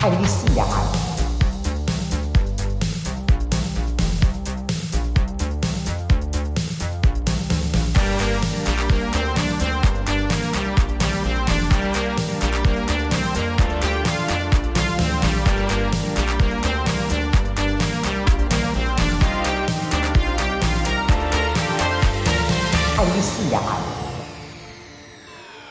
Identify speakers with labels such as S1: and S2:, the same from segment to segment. S1: 爱丽丝牙。爱丽丝牙。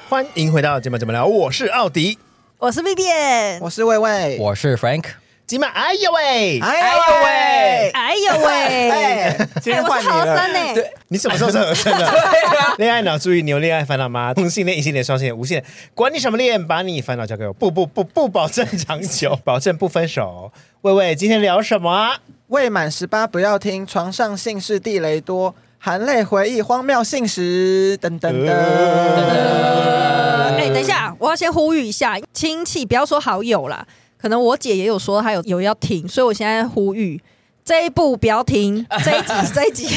S2: 欢迎回到《今晚怎么聊》，我是奥迪，
S3: 我是 Vivian，
S4: 我是魏魏，
S5: 我是 Frank，
S2: 今晚哎呦喂，
S4: 哎呦喂，
S3: 哎呦喂，哎，
S4: 哎，今天
S3: 我
S4: 换
S3: 是
S4: 你
S3: 豪
S4: 了，
S3: 森欸呢，
S2: 你什么时候是 和声的？恋爱脑注意，你有恋爱烦恼吗？同性恋、异性恋、双性恋、无性恋，管你什么恋，把你烦恼交给我。不不不不，保证长 久，保证不分手。喂喂，今天聊什么啊？
S4: 未满十八不要听，床上性事地雷多，含泪回忆荒谬性史，等等
S3: 呃，
S4: 等。
S3: 哎，等一下，我要先呼吁一下亲戚，不要说好友啦，可能我姐也有说她有有要听，所以我现在呼吁这一部不要听，这一集这一集，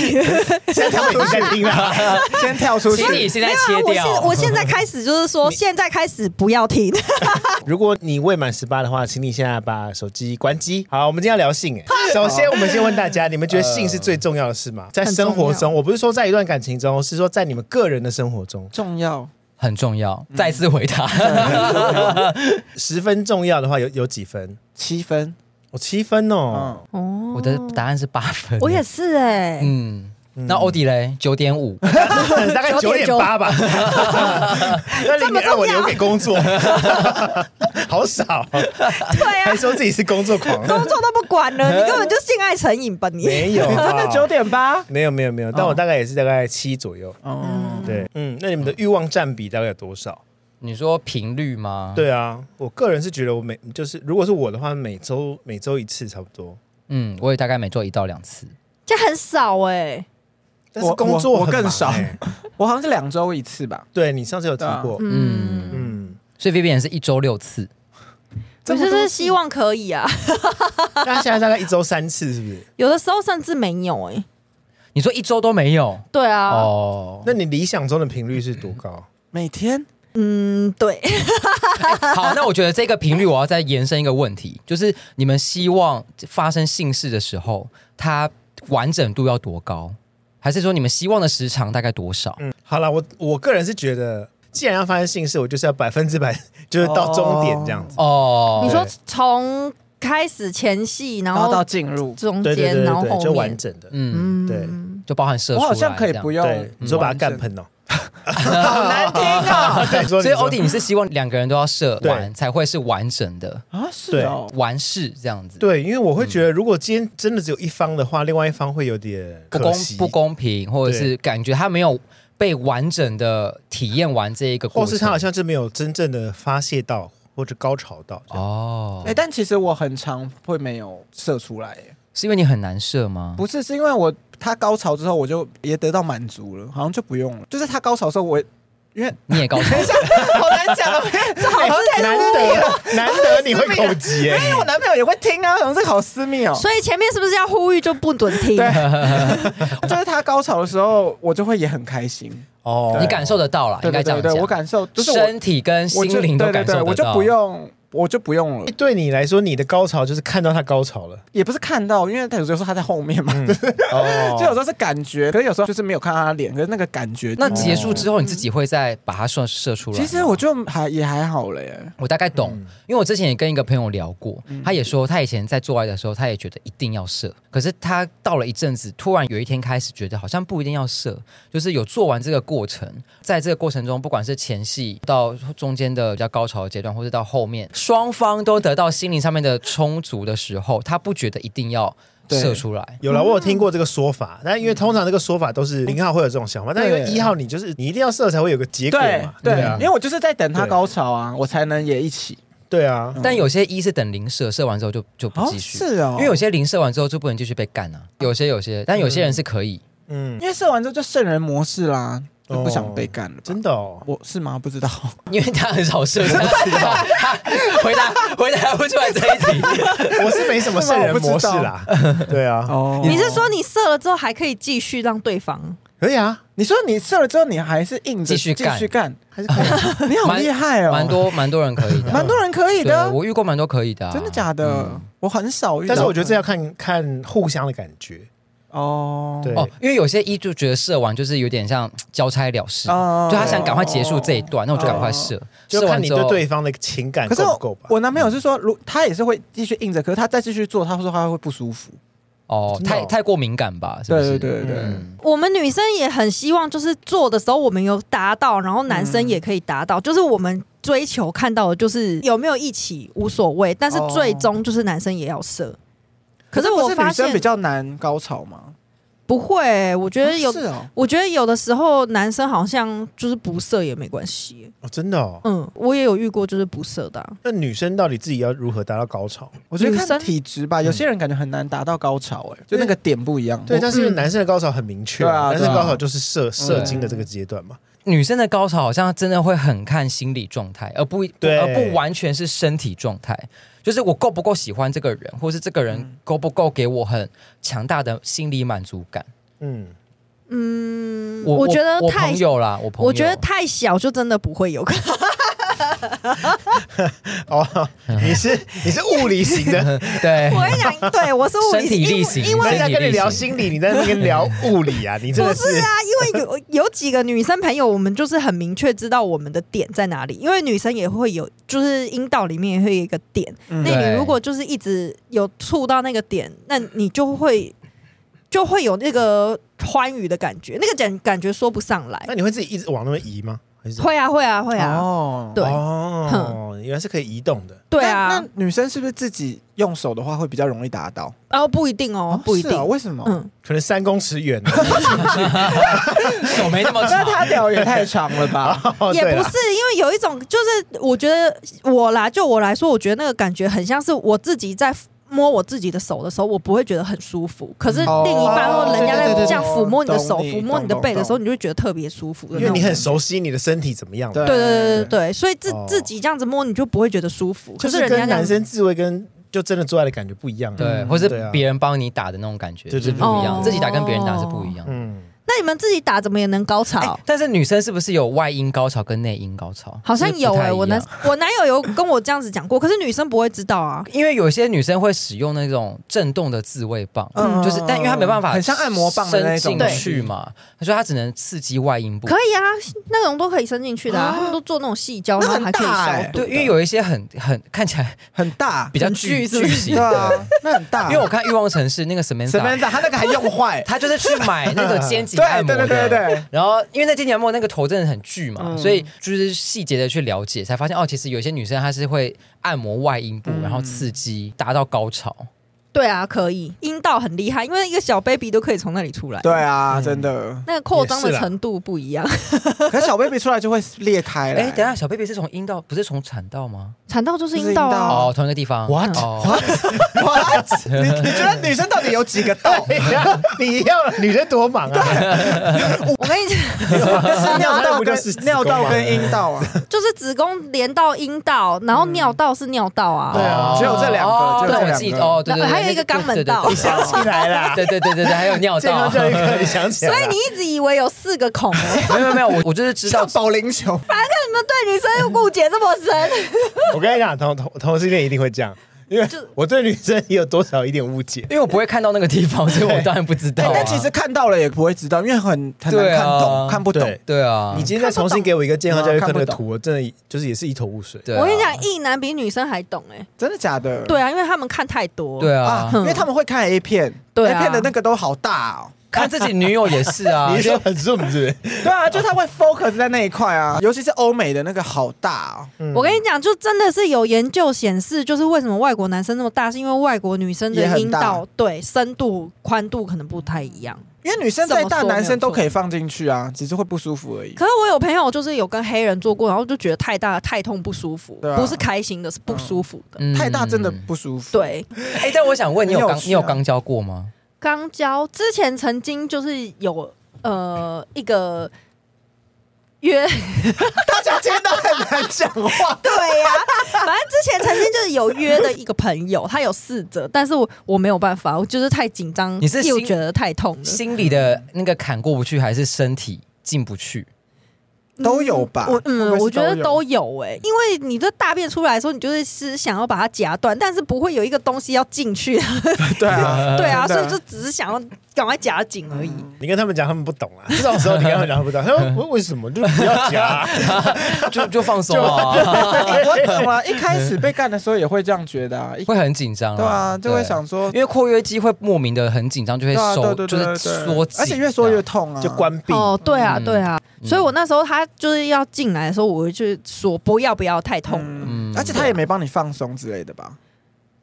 S2: 现在他们已经在听了。
S4: 先跳出
S5: 请你
S4: 去，
S5: 现
S3: 没
S5: 在
S3: 有啊
S5: 切
S3: 我现
S5: 掉。
S3: 我现在开始就是说，现在开始不要听，
S2: 如果你未满十八的话，请你现在把手机关机。好，我们今天要聊性、 哎，首先我们先问大家，你们觉得性是最重哦要的事吗？在生活
S3: 很重
S2: 中，我不是说在一段感情中，是说在你们个人的生活中，
S4: 重要。
S5: 很重要，再次回答。
S2: 十分重要的话，有有几分？
S4: 七分，
S2: 我、七分哦。
S3: 哦
S4: 嗯，
S5: 我的答案是八分，
S3: 我也是哎、
S5: 嗯。那欧迪嘞，九点五，
S2: 大概九点八吧。那零点二我留给工作， 好少，
S3: 对啊
S2: 还，说自己是工作狂，
S3: 工作都不管了，你根本就性爱成瘾吧 你。
S2: 没有，啊
S4: 真的九，点八。
S2: 没有没有没有，但我大概也是大概七左右。
S4: 哦，
S2: 对，嗯，那你们的欲望占比大概有多少？
S5: 你说频率吗？，
S2: 对啊，我个人是觉得我每就是如果是我的话，每周每周一次差不多。
S5: 嗯，我也大概每周一到两次。
S3: 这很少哎、
S2: 但是
S4: 我
S2: 工作
S4: 我我
S2: 很忙
S4: 更少
S2: 欸
S4: 我好像是两周一次吧。
S2: 对你上次有提
S4: 对啊
S2: 过，
S5: 嗯，
S2: 嗯，
S5: 所以 Vivian 是一周六次，
S3: 我就是希望可以啊，
S2: 那现在大概一周三次，是不是？
S4: 哦
S3: 有的时候甚至没有哎、
S5: 你说一周都没有
S3: 对啊，
S5: 哦？
S2: 那你理想中的频率是多高？
S4: 每天
S3: 嗯，对，
S5: 好，那我觉得这个频率我要再延伸一个问题，就是你们希望发生性事的时候，它完整度要多高？还是说你们希望的时长大概多少？
S2: 嗯，好了，我我个人是觉得，既然要发生性事，我就是要百分之百， 就是到终点这样子。
S5: 哦，
S3: 你说从开始前戏，然
S4: 然后
S3: 后
S4: 到进入，
S3: 中
S2: 对对
S3: 间，
S2: 对
S3: 哦然后
S2: 对
S3: 后
S2: 对，
S3: 面，
S2: 就完整的。
S5: 嗯，
S3: 嗯，
S2: 对
S5: 就包含射出
S4: 我
S5: 来
S4: 好像可以
S5: 这样
S4: 不用
S2: 对，，你说把它干
S4: 完整，
S2: 喷哦，
S4: 好难 听啊！
S2: 对，说
S5: 所以
S2: 你说
S5: 欧弟，你是希望两个人都要射
S2: 对
S5: 完才会是完整的
S4: 啊，是哦，
S5: 完事这样子，，
S2: 对，因为我会
S5: 嗯
S2: 觉得，如果今天真的只有一方的话，另外一方会有点
S5: 不
S2: 可
S5: 公
S2: 惜
S5: 不，公平，或者是感觉他没有被完整的体验完这一个过
S2: 或
S5: 程，
S2: 是他好像是没有真正的发泄到或者高潮到。哦，
S5: 哦
S4: 哎，，但其实我很常会没有射出来耶，
S5: 是因为你很难射吗？
S4: 不是，是因为我他高潮之后，我就也得到满足了，好像就不用了。就是他高潮的时候，我也因 为
S5: 你也高潮，
S4: 好难讲
S3: 啊
S4: 哦，这好像
S2: 哎
S4: 太
S2: 难
S4: 私密了。
S2: 得难得你会口急
S4: 因为
S2: 哎，
S4: 我男朋友也会听啊，然后这个好私密哦。
S3: 所以前面是不是要呼吁就不准听？
S4: 对， 就是他高潮的时候，我就会也很开心。
S2: 哦
S5: 你感受得到啦，
S4: 对
S5: 应
S4: 对
S5: 该这
S4: 对
S5: 样
S4: 对，
S5: 讲，
S4: 我感受就是我
S5: 身体跟
S4: 我就
S5: 心灵都感受
S4: 对
S5: 得
S4: 对
S5: 到，
S4: 对，我就不用，我就不用了。
S2: 对你来说，你的高潮就是看到他高潮了。
S4: 也不是看到，因为他有时候他在后面嘛，
S5: 嗯
S2: 哦
S4: 就有时候是感觉，可是有时候就是没有看到他脸，可是那个感觉。嗯
S5: 那结束之后，你自己会再把它射射出来吗。
S4: 哦其实我就还也还好了耶。
S5: 我大概懂，
S4: 嗯
S5: 因为我之前也跟一个朋友聊过，他也说他以前在做爱的时候，他也觉得一定要射，可是他到了一阵子，突然有一天开始觉得好像不一定要射，就是有做完这个过程，在这个过程中，不管是前戏到中间的比较高潮的阶段，或是到后面，双方都得到心灵上面的充足的时候，他不觉得一定要射出来。
S2: 有了，我有听过这个说法，但因为通常这个说法都是零号会有这种想法，但因为
S4: 嗯对
S2: 一号你就是你一定要射才会有个结果
S4: 对
S2: 嘛，
S4: 对
S2: 啊，
S4: 因，为我就是在等他
S2: 对
S4: 高潮啊，我才能也一起。
S2: 对啊，
S5: 但有些一是等零射，射完之后就就不继
S4: 嗯
S5: 续，
S4: 是哦，
S5: 因为有些零射完之后就不能继续被干啊，有些有些，但有些人是可以。
S2: 嗯，
S4: 因为射完之后就圣人模式啦，就不想被干了吧。
S2: 真的哦。
S4: 我是吗？不知道。
S5: 因为他很少 射，所以他知道他回答回答不出来这一题。
S2: 我是没什么圣人模式啦， 对啊，
S4: 哦
S3: 你是说你射了之后还可以继续让对方？
S2: 可以啊，
S4: 你说你射了之后，你还是硬着
S5: 继续
S4: 继
S5: 干
S4: 续干？
S2: 还是可以啊
S4: 你好厉害哦，
S5: 蛮多蛮多人可以 的，
S4: 蛮多人可以
S5: 对
S4: 的，
S5: 我遇过蛮多可以的啊，
S4: 真的假的？我很少遇到，
S2: 但是我觉得这要看看互相的感觉，
S4: 哦，
S2: 对
S5: 哦，因为有些一就觉得射完就是有点像交差了事，
S4: 哦
S5: 就他想赶快结束这一段，那我就赶快射。
S2: 就
S5: 射
S2: 看
S5: 完
S2: 你
S5: 之
S2: 对
S5: 后，
S2: 对方的情感
S4: 哦可是
S2: 够
S4: 我
S2: 不够吧。
S4: 我男朋友是说，如他也是会继续硬着，可是他再继续做，他说他会不舒服。
S5: 哦，
S2: 真的哦
S5: 太太过敏感吧？是不
S4: 对
S5: 是？
S4: 对对对，
S5: 嗯，
S3: 我们女生也很希望，就是做的时候我们有达到，然后男生也可以达到，就是我们追求看到的，就是有没有一起无所谓，但是最终就是男生也要射。可是我
S4: 不是
S3: 发
S4: 女生
S3: 现
S4: 比较难高潮吗？
S3: 不会、我觉得有
S4: 啊是哦，
S3: 我觉得有的时候男生好像就是不射也没关系。
S2: 哦，真的哦。
S3: 嗯，我也有遇过就是不射的啊、
S2: 那女生到底自己要如何达到高潮？
S4: 我觉得
S3: 女生
S4: 看体质吧，有些人感觉很难达到高潮，哎，就那个点不一样。
S2: 对，
S4: 我
S2: 但是
S3: 嗯
S2: 男生的高潮很明确啊，
S4: 对啊嗯
S2: 男生的
S4: 对啊
S2: 高潮就是射射精的这个阶段嘛。
S5: 女生的高潮好像真的会很看心理状态，而不
S2: 对
S5: 而不完全是身体状态。就是我够不够喜欢这个人，或是这个
S4: 嗯
S5: 人够不够给我很强大的心理满足感。
S2: 嗯，
S3: 嗯，
S5: 我
S3: 觉得
S5: 我
S3: 太
S5: 朋，友啦，我朋友，
S3: 我觉得太小就真的不会有。
S2: 哦， 你是你是物理型的，
S5: 对，
S3: 我跟你讲，对我是物理
S5: 身体力行，
S3: 因为因为
S2: 人家跟你聊
S5: 身体
S2: 心
S5: 力行
S2: 理，你在那边聊物理啊，你真
S3: 不
S2: 的
S3: 是
S2: 是
S3: 啊，因为有有几个女生朋友，我们就是很明确知道我们的点在哪里，因为女生也会有，就是阴道里面也会有一个点。
S4: 嗯
S3: 那你
S5: 对
S3: 如果就是一直有触到那个点，那你就会就会有那个欢愉的感觉，那个感感觉说不上来。
S2: 那你会自己一直往那边移吗？还是
S3: 会啊，会啊，会啊，
S4: 哦，
S3: 对
S2: 哦，原来是可以移动的。
S3: 对
S4: 那
S3: 啊
S4: 那，女生是不是自己用手的话会比较容易达到？
S3: 然后不一定哦，不一
S4: 是啊
S3: 定，
S4: 为什么？
S3: 嗯，
S2: 可能三公尺远，
S5: 手没那么
S4: 那
S5: 长，
S4: 他屌也太长了 吧？
S2: 哦
S3: 也
S2: 对
S3: 不
S2: 啦
S3: 是，因为有一种就是，我觉得我啦，就我来说，我觉得那个感觉很像是我自己在摸我自己的手的时候，我不会觉得很舒服。可是
S4: 哦
S3: 另一半或人家
S4: 对对
S3: 在
S4: 对对
S3: 这样抚摸你的手、
S4: 懂你
S3: 抚摸你的
S4: 懂
S3: 背的时候，
S4: 懂
S3: 你就会觉得特别舒服的
S2: 因为
S3: 那
S2: 你
S3: 种。
S2: 很熟悉你的身体怎么样嘛。
S4: 对
S3: 对对对对对，所以自
S2: 哦
S3: 自己这样子摸，你就不会觉得舒服。可
S2: 就是是
S3: 人家
S2: 跟
S3: 这样
S2: 男
S3: 子
S2: 生自慰跟就真的做爱的感觉不一样啊。
S5: 对，
S4: 嗯
S5: 或是
S2: 对啊
S5: 别人帮你打的那种感觉
S2: 对对
S5: 是不一样
S3: 对
S5: 的，自己打跟别人打是不一样的。
S2: 嗯，
S3: 那你们自己打怎么也能高潮？
S5: 哎但是女生是不是有外阴高潮跟内阴高潮？
S3: 好像有
S5: 哎、
S3: 哎、我男我男友有跟我这样子讲过，可是女生不会知道啊。
S5: 因为有些女生会使用那种震动的自慰棒，
S4: 嗯
S5: 就是但因为她没办法，
S4: 很像按摩棒的那种
S5: 伸进去嘛，所以她只能刺激外阴部
S3: 可。以啊，那种都可以伸进去的、啊，他们都做那种细胶，然后
S4: 那很
S3: 还可以
S4: 大
S3: 消
S4: 哎
S3: 毒。
S5: 对，因为有一些很很看起来
S4: 很大，
S5: 比较
S3: 很
S5: 巨
S3: 巨是不
S5: 巨
S3: 是
S5: 型
S4: 对啊
S5: 的，，
S4: 那很大。
S5: 因为我看《欲望城市》那个 Samantha，，
S4: Samantha 他那个还用坏
S5: 她就是去买那个肩颈
S4: 对
S5: 按摩
S4: 对
S5: 的，
S4: 对对对。
S5: 然后因为在肩胛膜那个头真的很巨嘛，
S4: 嗯
S5: 所以就是细节的去了解，才发现哦，其实有些女生她是会按摩外阴部，
S4: 嗯
S5: 然后刺激达到高潮。
S3: 对啊，可以，阴道很厉害，因为一个小 baby 都可以从那里出来。
S4: 对，啊，
S5: 嗯
S4: 真的。
S3: 那个扩张
S2: 也
S3: 的
S2: 是啦
S3: 程度不一样，
S4: 可是小 baby 出来就会裂开了。
S5: 哎，等一下，小 baby 是从阴道，不是从产道吗？
S3: 产道就是阴道啊。
S5: 哦，同一个地方。
S2: What？
S5: 哦
S4: What？你你觉得女生到底有几个 洞？
S2: 哎呀你要女人多忙 啊！
S3: 我跟你讲，
S4: 是尿
S2: 那
S4: 道
S2: 不就
S4: 跟
S2: 是子宫
S4: 尿道
S2: 吗
S4: 跟阴道啊？
S3: 就是子宫连到阴道，然后尿道是尿道啊。
S2: 对啊
S5: 哦
S4: 只有这两个
S5: 哦
S4: 只有这两个
S5: 对我记得哦，对对对，
S3: 还有一个肛门道
S5: 对对对
S2: 想起来啦，
S5: 对对对哦对对，还有尿
S2: 健
S5: 道
S2: 康。教育课你想起来
S3: 所
S2: 啦，
S3: 以你一直以为有四个孔、欸，
S5: 没有没有没有，我我就是知道
S4: 像保龄球，
S3: 你们对女生误解这么深，
S2: 我跟你讲，同同同性恋一定会这样，因为
S3: 就
S2: 我对女生也有多少一点误解。
S5: 因为我不会看到那个地方，所以我当然不知道啊。
S4: 哎但其实看到了也不会知道，因为很很难
S5: 对啊
S4: 看懂，看不懂
S2: 对。
S5: 对啊，
S2: 你今天再重新给我一个健康教育课
S4: 看
S2: 的
S4: 不懂
S2: 图，我真的就是也是一头雾水。
S5: 对啊
S3: 我跟你讲，异男比女生还懂哎、
S4: 真的假的？
S3: 对啊，因为他们看太多。
S5: 对
S4: 啊
S5: 啊，，
S4: 因为他们会看 A 片
S3: 对
S4: ，A
S3: 啊
S4: 片的那个都好大哦。
S5: 看自己女友也是啊，
S2: 你是说很 zoom 是不是？
S4: 对啊，就他会 focus 在那一块啊，尤其是欧美的那个好大哦。
S2: 嗯
S3: 我跟你讲，就真的是有研究显示，就是为什么外国男生那么大，是因为外国女生
S4: 也
S3: 的
S4: 很
S3: 阴
S4: 大嗯
S3: 道对深度、宽度可能不太一样。
S4: 因为女生再大，
S3: 这么说
S4: 男生都可以放进去啊，只是会不舒服而已。
S3: 可是我有朋友就是有跟黑人做过，然后就觉得太大太痛不舒服，
S4: 对啊
S3: 不是开心的，是不舒服的。
S5: 嗯
S4: 太大真的不舒服。，
S3: 对，
S5: 哎，但我想问，你有
S4: 很有
S5: 刚
S4: 趣啊
S5: 你有刚交过吗？
S3: 肛交之前曾经就是有呃一个约。
S4: 大家今天都很难讲 话
S3: 对呀、反正之前曾经就是有约的一个朋友，他有四折，但是我我没有办法，我就是太紧张，
S5: 你是
S3: 又
S5: 心
S3: 觉得太痛了，
S5: 心里的那个坎过不去，还是身体进不去？
S4: 都有吧
S3: 嗯我
S4: 会不
S3: 嗯，
S4: 会是
S3: 我觉得
S4: 都有
S3: 都有哎、因为你这大便出来的时候，你就是是想要把它夹断，但是不会有一个东西要进 去，
S4: 对啊，
S3: 对啊，
S4: 真
S3: 所以
S4: 的
S3: 就只是想要赶快夹紧而已。
S2: 你跟他们讲，他们不懂啊。这种时候你跟他们讲，他们不懂。他说：“为什么就是不要夹啊、
S5: 就就放松 啊，
S4: 我懂了。一开始被干的时候也会这样觉得啊，
S3: 嗯
S4: 一
S5: 会很紧张啊。
S4: 对啊，就会想说，
S5: 因为括约肌会莫名的很紧张，就会
S4: 对啊，
S5: 收，
S4: 对对
S5: 就
S4: 对
S5: 是
S4: 对，
S5: 缩紧，
S4: 而且越 缩越痛啊，
S2: 就关闭。
S3: 哦，对啊，
S5: 嗯
S3: 对啊，
S5: 嗯
S3: 所以我那时候他就是要进来的时候，我就说不要不要太痛了。
S4: 嗯
S5: 嗯，
S4: 而且他也没帮你放松之类的吧？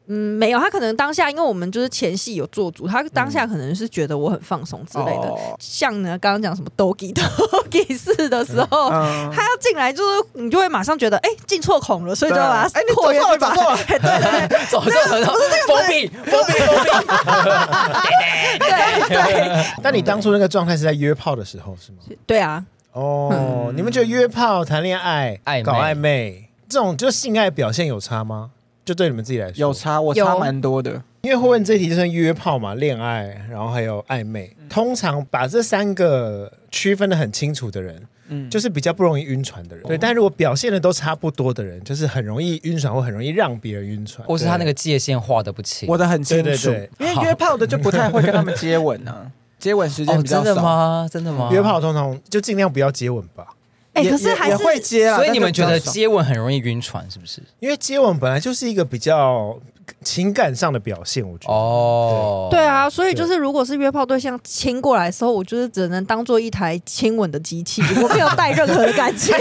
S3: 嗯，没有，他可能当下因为我们就是前戏有做主，他当下可能是觉得我很放松之类的。
S4: 哦
S3: 像呢，刚刚讲什么 dogi dogi 式的时候，
S4: 嗯
S3: 他要进来就是你就会马上觉得哎进错孔了，所以就要把它
S4: 对啊哎你
S3: 扩约
S4: 走错了
S3: 把它
S4: 走错了
S3: 对对对
S5: 走这很好，封 闭封闭封闭，
S3: 对对
S2: 但你当初那个状态是在约炮的时候是吗？
S3: 对啊，
S2: 哦，你们觉得约炮、谈恋爱、
S5: 暧昧
S2: 搞暧昧这种就是性爱表现有差吗？就对你们自己来说，
S4: 有差，我
S3: 有
S4: 差蛮多的。
S2: 因为会问这题就是约炮嘛、恋爱，然后还有暧昧。
S3: 嗯
S2: 通常把这三个区分的很清楚的人，
S4: 嗯，
S2: 就是比较不容易晕船的人。
S3: 哦
S2: 对，但如果表现的都差不多的人，就是很容易晕船，或很容易让别人晕船。
S5: 或是他那个界限画的不清。哦
S4: 我的很清楚，
S2: 对对
S4: 因为约炮的就不太会跟他们接吻啊，接吻时间
S5: 哦，
S4: 比较少。
S5: 真的吗？真的吗？
S3: 哦
S2: 约炮通常就尽量不要接吻吧，
S3: 哎、
S4: 也
S3: 可是
S4: 也
S3: 还
S4: 也
S3: 是
S4: 会接啊，
S5: 所以你们觉得
S4: 但是比较少
S5: 接吻很容易晕船，是不是？
S2: 因为接吻本来就是一个比较情感上的表现，我觉得。
S5: 哦，
S3: 对，啊，所以就是如果是约炮对象亲过来的时候，我就是只能当做一台亲吻的机器， 我没有带任何的感情。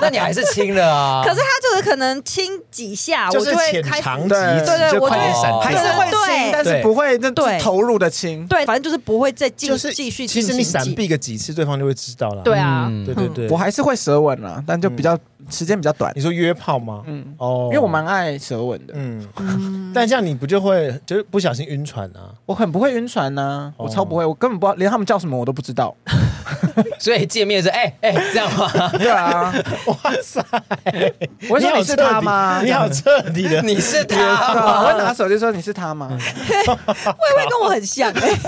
S5: 那你还是亲了 啊。
S3: 可是他就是可能亲几下，啊我
S2: 就是
S3: 会
S2: 浅
S3: 开始
S2: 尝即
S4: 对哦
S3: 对对
S2: 止，就
S3: 我
S2: 快点
S5: 就
S2: 闪
S4: 还
S2: 掉
S4: 是
S3: 对。
S4: 会亲，
S3: 对
S4: 但是不会那
S3: 对
S4: 投入的亲。
S3: 对，反正就是不会再继
S2: 就是
S3: 继续
S2: 其
S3: 进
S2: 实你
S3: 行
S2: 闪
S3: 进
S2: 避个几次，对方就会知道了。
S3: 对啊，
S5: 嗯
S2: 对对对，
S4: 我还是会舌吻啊，但就比较时间比较短
S2: 你。说约炮吗？
S4: 嗯，
S2: 哦，
S4: 因为我蛮爱舌吻的，
S2: 嗯，
S3: 嗯
S2: 但这样你不就会就是不小心晕船啊？
S4: 我很不会晕船呐，
S2: 哦
S4: 我超不会，我根本不知道连他们叫什么我都不知道。
S5: 所以见面是哎哎这样吗？
S4: 对啊，
S2: 哇塞！
S4: 我会
S2: 你
S4: 说
S2: 好彻
S4: 是他
S2: 底
S4: 吗？
S2: 你好彻底的，
S5: 你是
S4: 对
S5: 他吗？
S4: 啊，我会拿手机说你是他吗？
S3: 微微跟我很像、欸，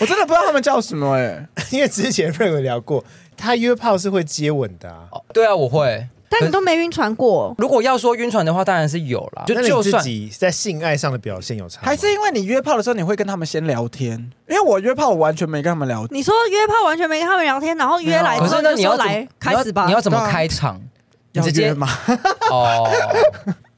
S4: 我真的不知道他们叫什么哎。
S2: 因为之前 Frank 有聊过，他约炮是会接吻的啊。
S5: 哦对啊，我会。
S3: 但你都没晕船过，
S5: 如果要说晕船的话，当然是有啦。就
S2: 那
S5: 就
S2: 你自
S5: 算
S2: 己在性爱上的表现有差吗，
S4: 还是因为你约炮的时候，你会跟他们先聊天？因为我约炮，我完全没跟他们聊天。
S3: 你说约炮完全没跟他们聊天，然后约来
S5: 啊可
S3: 之
S5: 是
S3: 后
S5: 那
S3: 哎就
S5: 你要
S3: 说
S5: 怎么
S3: 来开始吧
S5: 你要你，要怎
S4: 对
S5: 么
S4: 啊
S5: 开场？你
S4: 要
S5: 直接
S4: 约吗？
S5: 哦，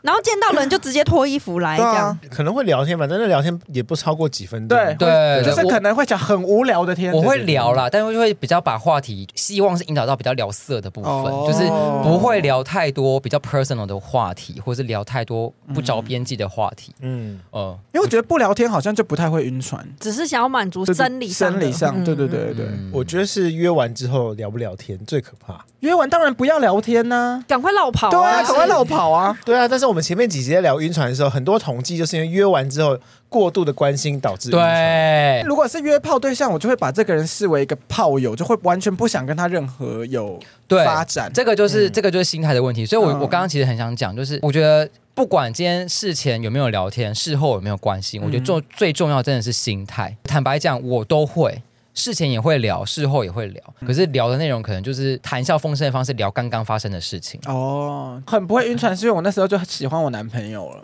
S3: 然后见到人就直接脱衣服来这
S4: 对啊
S3: 样。
S2: 可能会聊天吧，但是聊天也不超过几分钟。
S4: 对
S5: 对
S4: 就是
S5: 我
S4: 可能会讲很无聊的天。
S5: 我会
S4: 对
S5: 聊啦，但是会比较把话题，希望是引导到比较聊色的部分，
S4: 哦
S5: 就是不会聊太多比较 personal 的话题，或是聊太多不着边际的话题。
S2: 嗯，
S5: 嗯，
S4: 因为我觉得不聊天好像就不太会晕船，
S3: 只是想要满足
S4: 就是
S3: 生理上的
S4: 生理上，
S3: 嗯
S4: 对对对对。
S5: 嗯
S2: 我觉得是约完之后聊不聊天最可怕。
S4: 约完当然不要聊天呐，
S3: 赶快绕跑
S4: 对啊，
S3: 啊！
S4: 赶快绕跑 啊！
S2: 对啊，但是我们前面几集在聊晕船的时候，很多统计就是因为约完之后过度的关心导致晕船。
S5: 对，
S4: 如果是约炮对象，我就会把这个人视为一个炮友，就会完全不想跟他任何有
S5: 对
S4: 发展。
S5: 这个就是、这个就是心态的问题。所以我，我、
S4: 嗯
S5: 刚刚其实很想讲，就是我觉得不管今天事前有没有聊天，事后有没有关心，我
S4: 嗯
S5: 觉得重、最重要真的是心态。坦白讲，我都会。事前也会聊，事后也会聊，可是
S4: 嗯
S5: 聊的内容可能就是谈笑风生的方式聊刚刚发生的事情。
S4: 哦，很不会晕船，是因为我那时候就喜欢我男朋友了，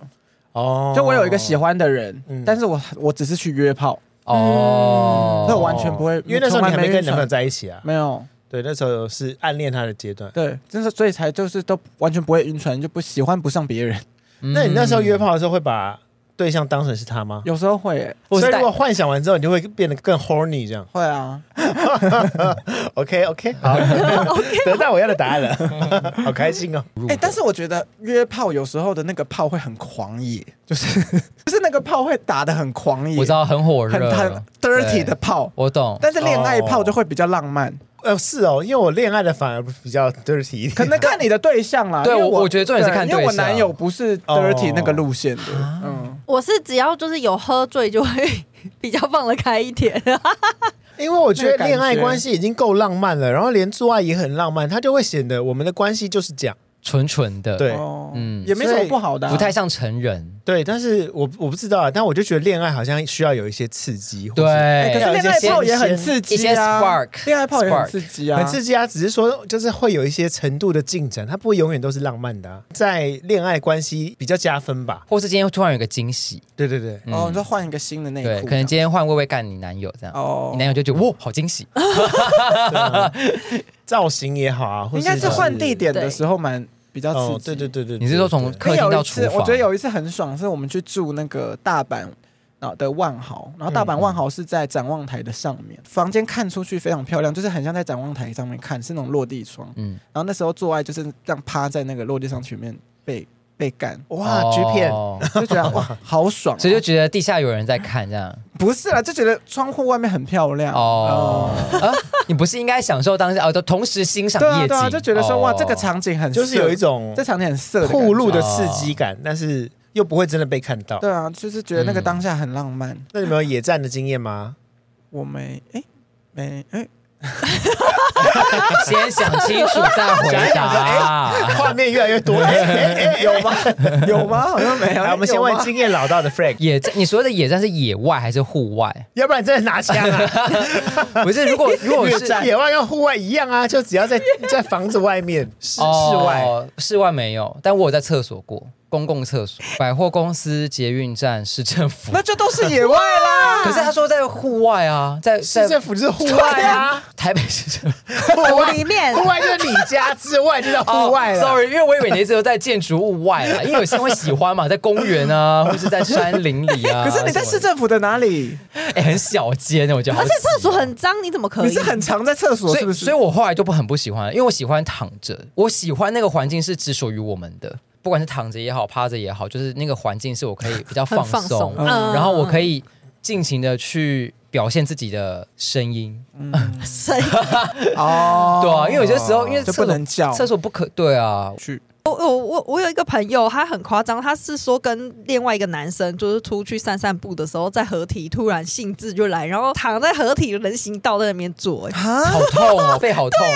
S2: 哦
S4: 就我有一个喜，欢的人，
S2: 嗯
S4: 但是我我只是去约炮，
S5: 哦，
S4: 那、我完全不会，
S2: 因为那时候
S4: 从
S2: 你
S4: 来
S2: 还没
S4: 没
S2: 跟男朋友
S4: 友，
S2: 在一起啊。
S4: 没有，
S2: 对，那时候是暗恋他的阶段。
S4: 对，真是所以才就是都完全不会晕船，就不喜欢不上别人，
S5: 嗯。
S2: 那你那时候约炮的时候会把对象当成是他吗？
S4: 有时候会、欸
S2: 所
S5: 我是
S2: 以如
S5: 带
S2: 果幻想完之后，你就会变得更 horny 这样。
S4: 会啊，
S2: OK OK，好， 得到我要的答案了， 好开心哦。
S4: 哎、但是我觉得约炮有时候的那个炮会很狂野，就是 就是那个炮会打的很狂野，
S5: 嗯我知道很火
S4: 很
S5: 热
S4: 很，dirty
S5: 对
S4: 的炮，
S5: 我懂。
S4: 但是恋爱炮就会比较浪漫，
S2: 呃，是哦，因为我恋爱的反而比较 dirty 一点。
S4: 可能看你的对象啦。
S5: 对
S4: 因为
S5: 我我觉得重点是看
S4: 因为我
S5: 对象哦
S4: 男友不是
S2: 哦
S4: dirty 那个路线的，嗯，
S3: 我是只要就是有喝醉就会比较放得开一点，
S2: 因为我觉
S4: 那个
S2: 得
S4: 感
S2: 恋爱
S4: 觉
S2: 关系已经够浪漫了，然后连做爱也很浪漫，它就会显得我们的关系就是这样。
S5: 纯纯的，
S2: 对
S4: 哦，
S5: 嗯
S4: 也没什么不好的啊，
S5: 不太像成人。
S2: 对，但是我我不知道啊，但我就觉得恋爱好像需要有一些刺激，或
S5: 对，
S2: 是
S4: 哎。可
S2: 要
S4: 是
S2: 有一些
S4: 恋爱炮
S2: 新
S4: 也很
S2: 鲜
S4: 刺
S5: 一
S4: 激
S5: 些
S4: 啊
S5: spark，
S4: 恋爱炮也很
S5: spark
S4: 刺激啊，
S2: 很刺激啊！只是说，就是会有一些程度的进展，它不会永远都是浪漫的、啊，在恋爱关系比较加分吧？
S5: 或是今天突然有个惊喜，
S2: 对对对，
S5: 嗯
S4: 哦，你说换一个新的内裤这
S5: 对，
S4: 样，
S5: 可能今天换薇薇干你男友这样，
S4: 哦
S5: 你男友就觉得哇，好惊喜，
S2: 造型也好啊，或
S4: 应该
S2: 是
S4: 是换地点的时候蛮比较刺
S2: 哦，
S4: 激。
S2: 对对对对，对
S5: 你是说从
S2: 对
S5: 客厅到厨
S4: 因为有一次
S5: 房
S4: 我觉得有一次很爽，是我们去住那个大阪。然后的万豪，然后大阪万豪是在展望台的上面，
S5: 嗯
S4: 房间看出去非常漂亮，就是很像在展望台上面看，是那种落地窗。
S5: 嗯，
S4: 然后那时候做爱就是这样趴在那个落地窗前面被被 干，
S2: 哇 G 片
S5: 哦
S4: 就觉得哇好爽、啊。
S5: 所以就觉得地下有人在看这样，
S4: 不是啦，就觉得窗户外面很漂亮
S5: 哦
S4: 哦。，
S5: 啊，你不是应该享受当下哦，都同时欣赏
S4: 对啊
S5: 夜景，
S4: 对啊，就觉得说、哇
S5: 哦
S4: 这个场景很
S2: 就是
S4: 色
S2: 有一种
S4: 这场景很色的感觉
S2: 铺路的刺激感，但是又不会真的被看到。
S4: 对啊，就是觉得那个
S5: 嗯
S4: 当下很浪漫。
S2: 那你们有野战的经验吗？
S4: 我没哎没 哎，
S5: 先想清楚再回
S4: 哎
S5: 答。
S2: 画面越来越多， 有吗？
S4: 有吗？好像没有。
S2: 来，我们先
S4: 有吗
S2: 问经验老道的 Frank，
S5: 野战，你所谓的野战是野外还是 户外？
S2: 要不然你真的拿枪啊！
S5: 不是，如果如果
S2: 越
S5: 是
S2: 野外跟户外一样啊，就只要在在房子外面室室外，
S5: 哦室外没有，但我有在厕所过，公共厕所、百货公司、捷运站、市政府。
S4: 哎那就都是野外 啦。
S5: 可是他说在户外啊，在
S2: 市
S5: 在
S2: 政府就是户外啊，
S5: 台北市政府
S2: 户
S3: 我
S2: 外
S3: 里
S4: 啊
S3: 面
S2: 户外就是你家之外就叫户外
S5: 哦
S2: 了。
S5: Sorry，因为我以为你一直都在建筑物外啦， 因为有些人会喜欢嘛，在公园 啊，或是在山林里啊。
S4: 可是你在市
S5: 什么
S4: 政府的哪里？
S5: 的，哎，很小间，我觉得好
S3: 而
S5: 挤
S3: 且
S5: 哦。
S3: 厕所很脏，你怎么可以？
S4: 你是很常在厕所
S5: 啊所
S4: 是不
S5: 以，
S4: 是？
S5: 所以我后来就不很不喜欢，因为我喜欢躺着，我喜欢那个环境是只属于我们的，不管是躺着也好，趴着也好，就是那个环境是我可以比较放
S3: 很
S5: 松，
S3: 放松，
S4: 嗯
S5: 然后我可
S3: 以
S5: 以尽情的去表现自己的声音，
S4: 哦
S5: 对啊，因为有些时候因为
S4: 就
S5: 厕所
S4: 不能叫
S5: 厕所不可对啊，
S4: 去
S3: 我我我我有一个朋友，他很夸张，他是说跟另外一个男生就是出去散散步的时候，在合体突然兴致就来，然后躺在合体的人行道在那边坐、欸，
S4: 啊。
S5: 好 痛哦，背好痛哦，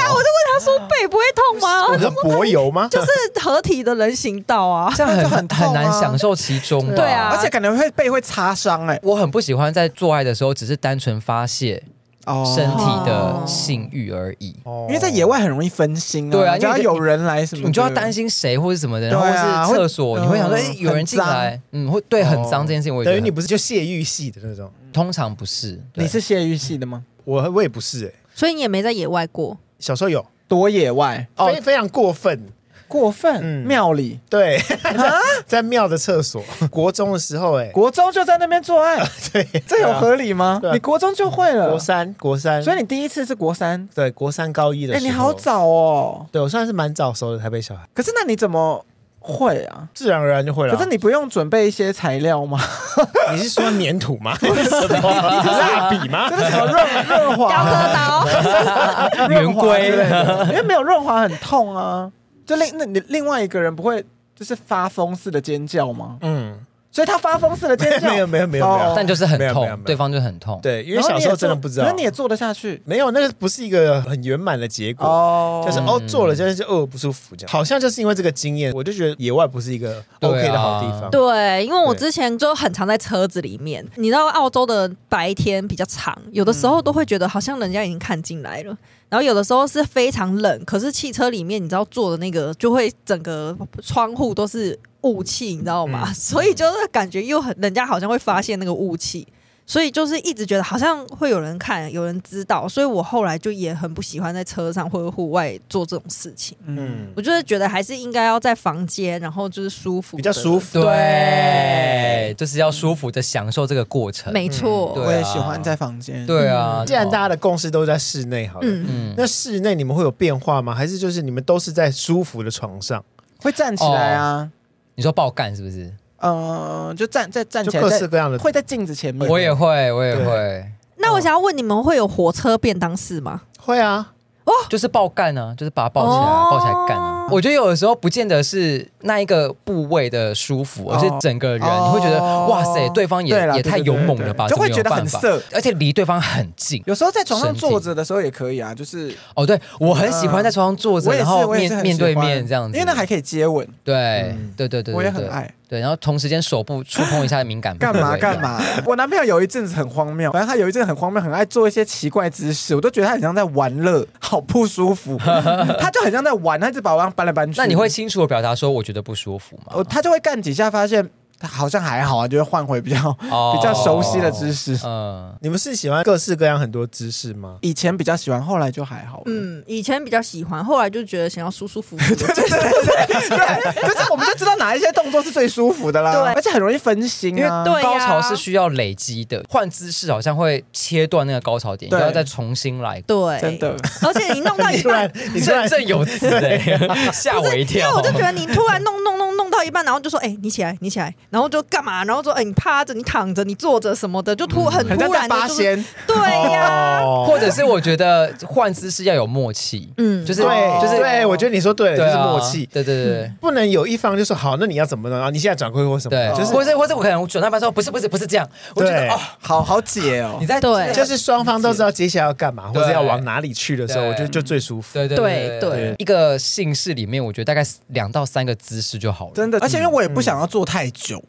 S3: 他说背不会痛
S2: 我
S3: 吗？
S2: 说柏油吗？
S3: 就是合体的人行道啊，
S5: 这样
S4: 那就
S5: 很
S4: 很痛啊
S5: 难享受其中吧
S3: 对啊
S4: 而且感觉会背会擦伤哎、
S5: 我很不喜欢在做爱的时候只是单纯发泄
S4: 哦
S5: 身体的性欲而已。
S2: 哦
S4: 因为在野外很容易分心啊，
S5: 对啊
S4: 只要有人来什么的，
S5: 你就要担心谁或是什么的，
S4: 对
S5: 然后
S4: 啊
S5: 或是厕所，
S4: 会
S5: 你会想说，
S4: 嗯
S5: 哎，有人进来，嗯，会对
S2: 呃哦
S5: 很脏这件事情，我也
S2: 等
S5: 觉
S2: 于
S5: 得
S2: 你
S5: 很
S2: 不是就泄欲系的那种，
S5: 通常不是，对
S4: 你是泄欲系的吗？
S2: 我我也不是哎、
S3: 所以你也没在野外过。
S2: 小时候有，
S4: 多野外
S2: 非、非常过分，
S4: 过分、
S2: 嗯
S4: 庙里，
S2: 对，在
S4: 啊
S2: 在庙的厕所，国中的时候哎、
S4: 国中就在那边做 爱，
S2: 对，
S4: 这有合理吗？
S2: 对啊
S4: 你国中就会了
S2: 国，三国三，
S4: 所以你第一次是国三，
S2: 对国三高一的
S4: 哎、
S2: 时候，
S4: 你好，早哦。
S2: 对我算是蛮早熟的台北小孩，
S4: 可是那你怎么会啊？
S2: 自然而然就会了。
S4: 可是你不用准备一些材 料吗？
S2: 你是说粘土 吗？什么蜡笔吗？
S4: 就是什么润润
S3: 雕刻
S4: 滑、
S3: 刀，
S5: 圆
S4: 润滑之类
S5: 规，
S4: 的，因为没有润滑很痛啊。就另那你另外一个人不会就是发疯似的尖叫吗？
S2: 嗯，
S4: 所以他发疯似的尖叫，
S2: 没有没有没有
S4: 哦
S2: 没有，
S5: 但就是很
S2: 没有没有
S5: 痛
S2: 没，有
S5: 对方就很痛。
S2: 对，因为
S4: 然后
S2: 小
S4: 你
S2: 时
S4: 也
S2: 候真的
S4: 做
S2: 不知道
S4: 可是，你也做得下去
S2: 没有那个不是一个很圆满的结果。
S4: 哦
S2: 就是
S5: 嗯
S2: 哦，做了就是哦不舒服这样，好像就是因为这个经验，我就觉得野外不是一个 OK
S5: 对啊
S2: 的好地方。
S3: 对，因为我
S2: 对
S3: 之前就很常在车子里面，你知道澳洲的白天比较长，有的时
S2: 嗯
S3: 候都会觉得好像人家已经看进来了，然后有的时候是非常冷，可是汽车里面你知道坐的那个就会整个窗户都是雾气，你知道
S2: 嗯
S3: 吗？所以就是感觉又很人家好像会发现那个雾气。所以就是一直觉得好像会有人看，有人知道，所以我后来就也很不喜欢在车上或者户外做这种事情。
S2: 嗯，
S3: 我就是觉得还是应该要在房间，然后就是舒服的，
S2: 比较舒服。
S5: 对，就是要舒服的享受这个过
S2: 嗯
S5: 程。
S3: 没错，
S5: 对啊
S4: 我也喜欢在房间。
S5: 对啊，
S2: 既然大
S5: 家
S2: 家的共识都在室内好了，
S3: 嗯
S5: 嗯
S2: 那室内你们会有变化吗？还是就是你们都是在舒服的床上？
S4: 会站起来啊，
S5: 你说爆干是不是？哦
S4: 嗯、就站再站
S2: 就
S4: 起
S2: 各
S4: 来，
S2: 式各样的
S4: 在会在镜子前面。
S5: 我也会，我也
S2: 对
S5: 会。
S3: 那我想要问你们，会有火车便当室吗？
S2: 会啊，
S5: 就是爆干啊，就是把它抱起来啊、
S3: 哦
S5: 抱起来干啊。我觉得有的时候不见得是那一个部位的舒服，
S4: 哦
S5: 而是整个人你会觉得
S4: 哦
S5: 哇塞，对方也
S4: 对啦
S5: 也太
S4: 对对
S5: 勇
S4: 对
S5: 猛了吧，
S4: 对就会
S5: 怎么有
S4: 觉得很
S5: 办法
S4: 色
S5: 而且离对方很近。
S4: 有时候在床上
S5: 神经
S4: 坐着的时候也可以啊，就是
S5: 哦，对我很喜欢在床上坐着，
S4: 嗯我也
S5: 然
S4: 是
S5: 后
S4: 我也是
S5: 面
S4: 很
S5: 面
S4: 喜
S5: 对
S4: 欢
S5: 面这样子，
S4: 因为那还可以接吻，
S5: 对对对对，对
S4: 我也很
S5: 对
S4: 爱
S5: 对，然后同时间手部触碰一下敏感部位，
S4: 干嘛
S5: 这样
S4: 干？ 嘛？我男朋友有一阵子很荒谬，反正他有一阵子很荒谬，很爱做一些奇怪姿势，我都觉得他很像在玩乐， 好不舒 服。他就很像在玩，他一直把我这样搬来搬去。
S5: 那你会清楚的表达说我觉得不舒服吗？
S4: 我他就会干几下，发现他好像还好啊，就会换回比较、
S5: 哦
S4: 比较熟悉的姿势。
S5: 嗯，
S2: 你们是喜欢各式各样很多姿势吗？
S4: 以前比较喜欢，后来就还好。嗯，
S3: 嗯，以前比较喜欢，后来就觉得想要舒舒服服的
S4: 对，就是我们就知道哪一些动作是最舒服的啦。
S3: 对
S4: 而且很容易分心
S5: 因为
S4: 啊。
S3: 对呀
S5: 高潮是需要累积的，换姿势好像会切断那个高潮点，你
S4: 对
S5: 要再重新来。
S3: 对，
S4: 真的，
S3: 而且你
S5: 哎
S3: 弄到一
S2: 突
S3: 半
S2: 然，， 你突然
S5: 振 振有词
S2: 欸
S5: 哎，吓我一
S3: 因为
S5: 跳
S3: 我。就觉得你突然弄弄弄弄到一半，然后就说：“哎、你起来，你起来。”然后就干嘛？然后说：“哎、你趴着，你躺着，你坐着什么的，就突、很
S4: 很像
S3: 突
S4: 在
S3: 然
S4: 八
S3: 的、就是。
S4: 仙。”
S3: 对呀、
S2: 哦
S5: 啊 或者是我觉得换姿势要有默契，
S3: 嗯
S5: 就是
S2: 对，
S5: 就是
S2: 对，我觉得你说对了，就
S5: 对
S2: 是
S5: 啊
S2: 默契，
S5: 对对对
S3: 嗯
S2: 不能有一方就说好，那你要怎么弄啊？你现在转过去或什么
S5: 对，啊
S2: 的，
S5: 对，
S2: 就
S5: 就是是或者或者我可能转到一半说不是不是不是这样，我觉得
S2: 嗯对
S5: 哦，
S4: 好好解哦
S5: 你，在
S3: 对
S2: 就是双方都知道接下来要干嘛，或
S5: 对
S2: 者要往哪里去的时候，
S5: 对
S2: 我觉得就最舒服。
S5: 对对
S3: 对
S2: 对
S5: 一个姓氏里面，我觉得大概两到三个姿势就好了。
S4: 真的。而嗯且因为我也不想要做太久，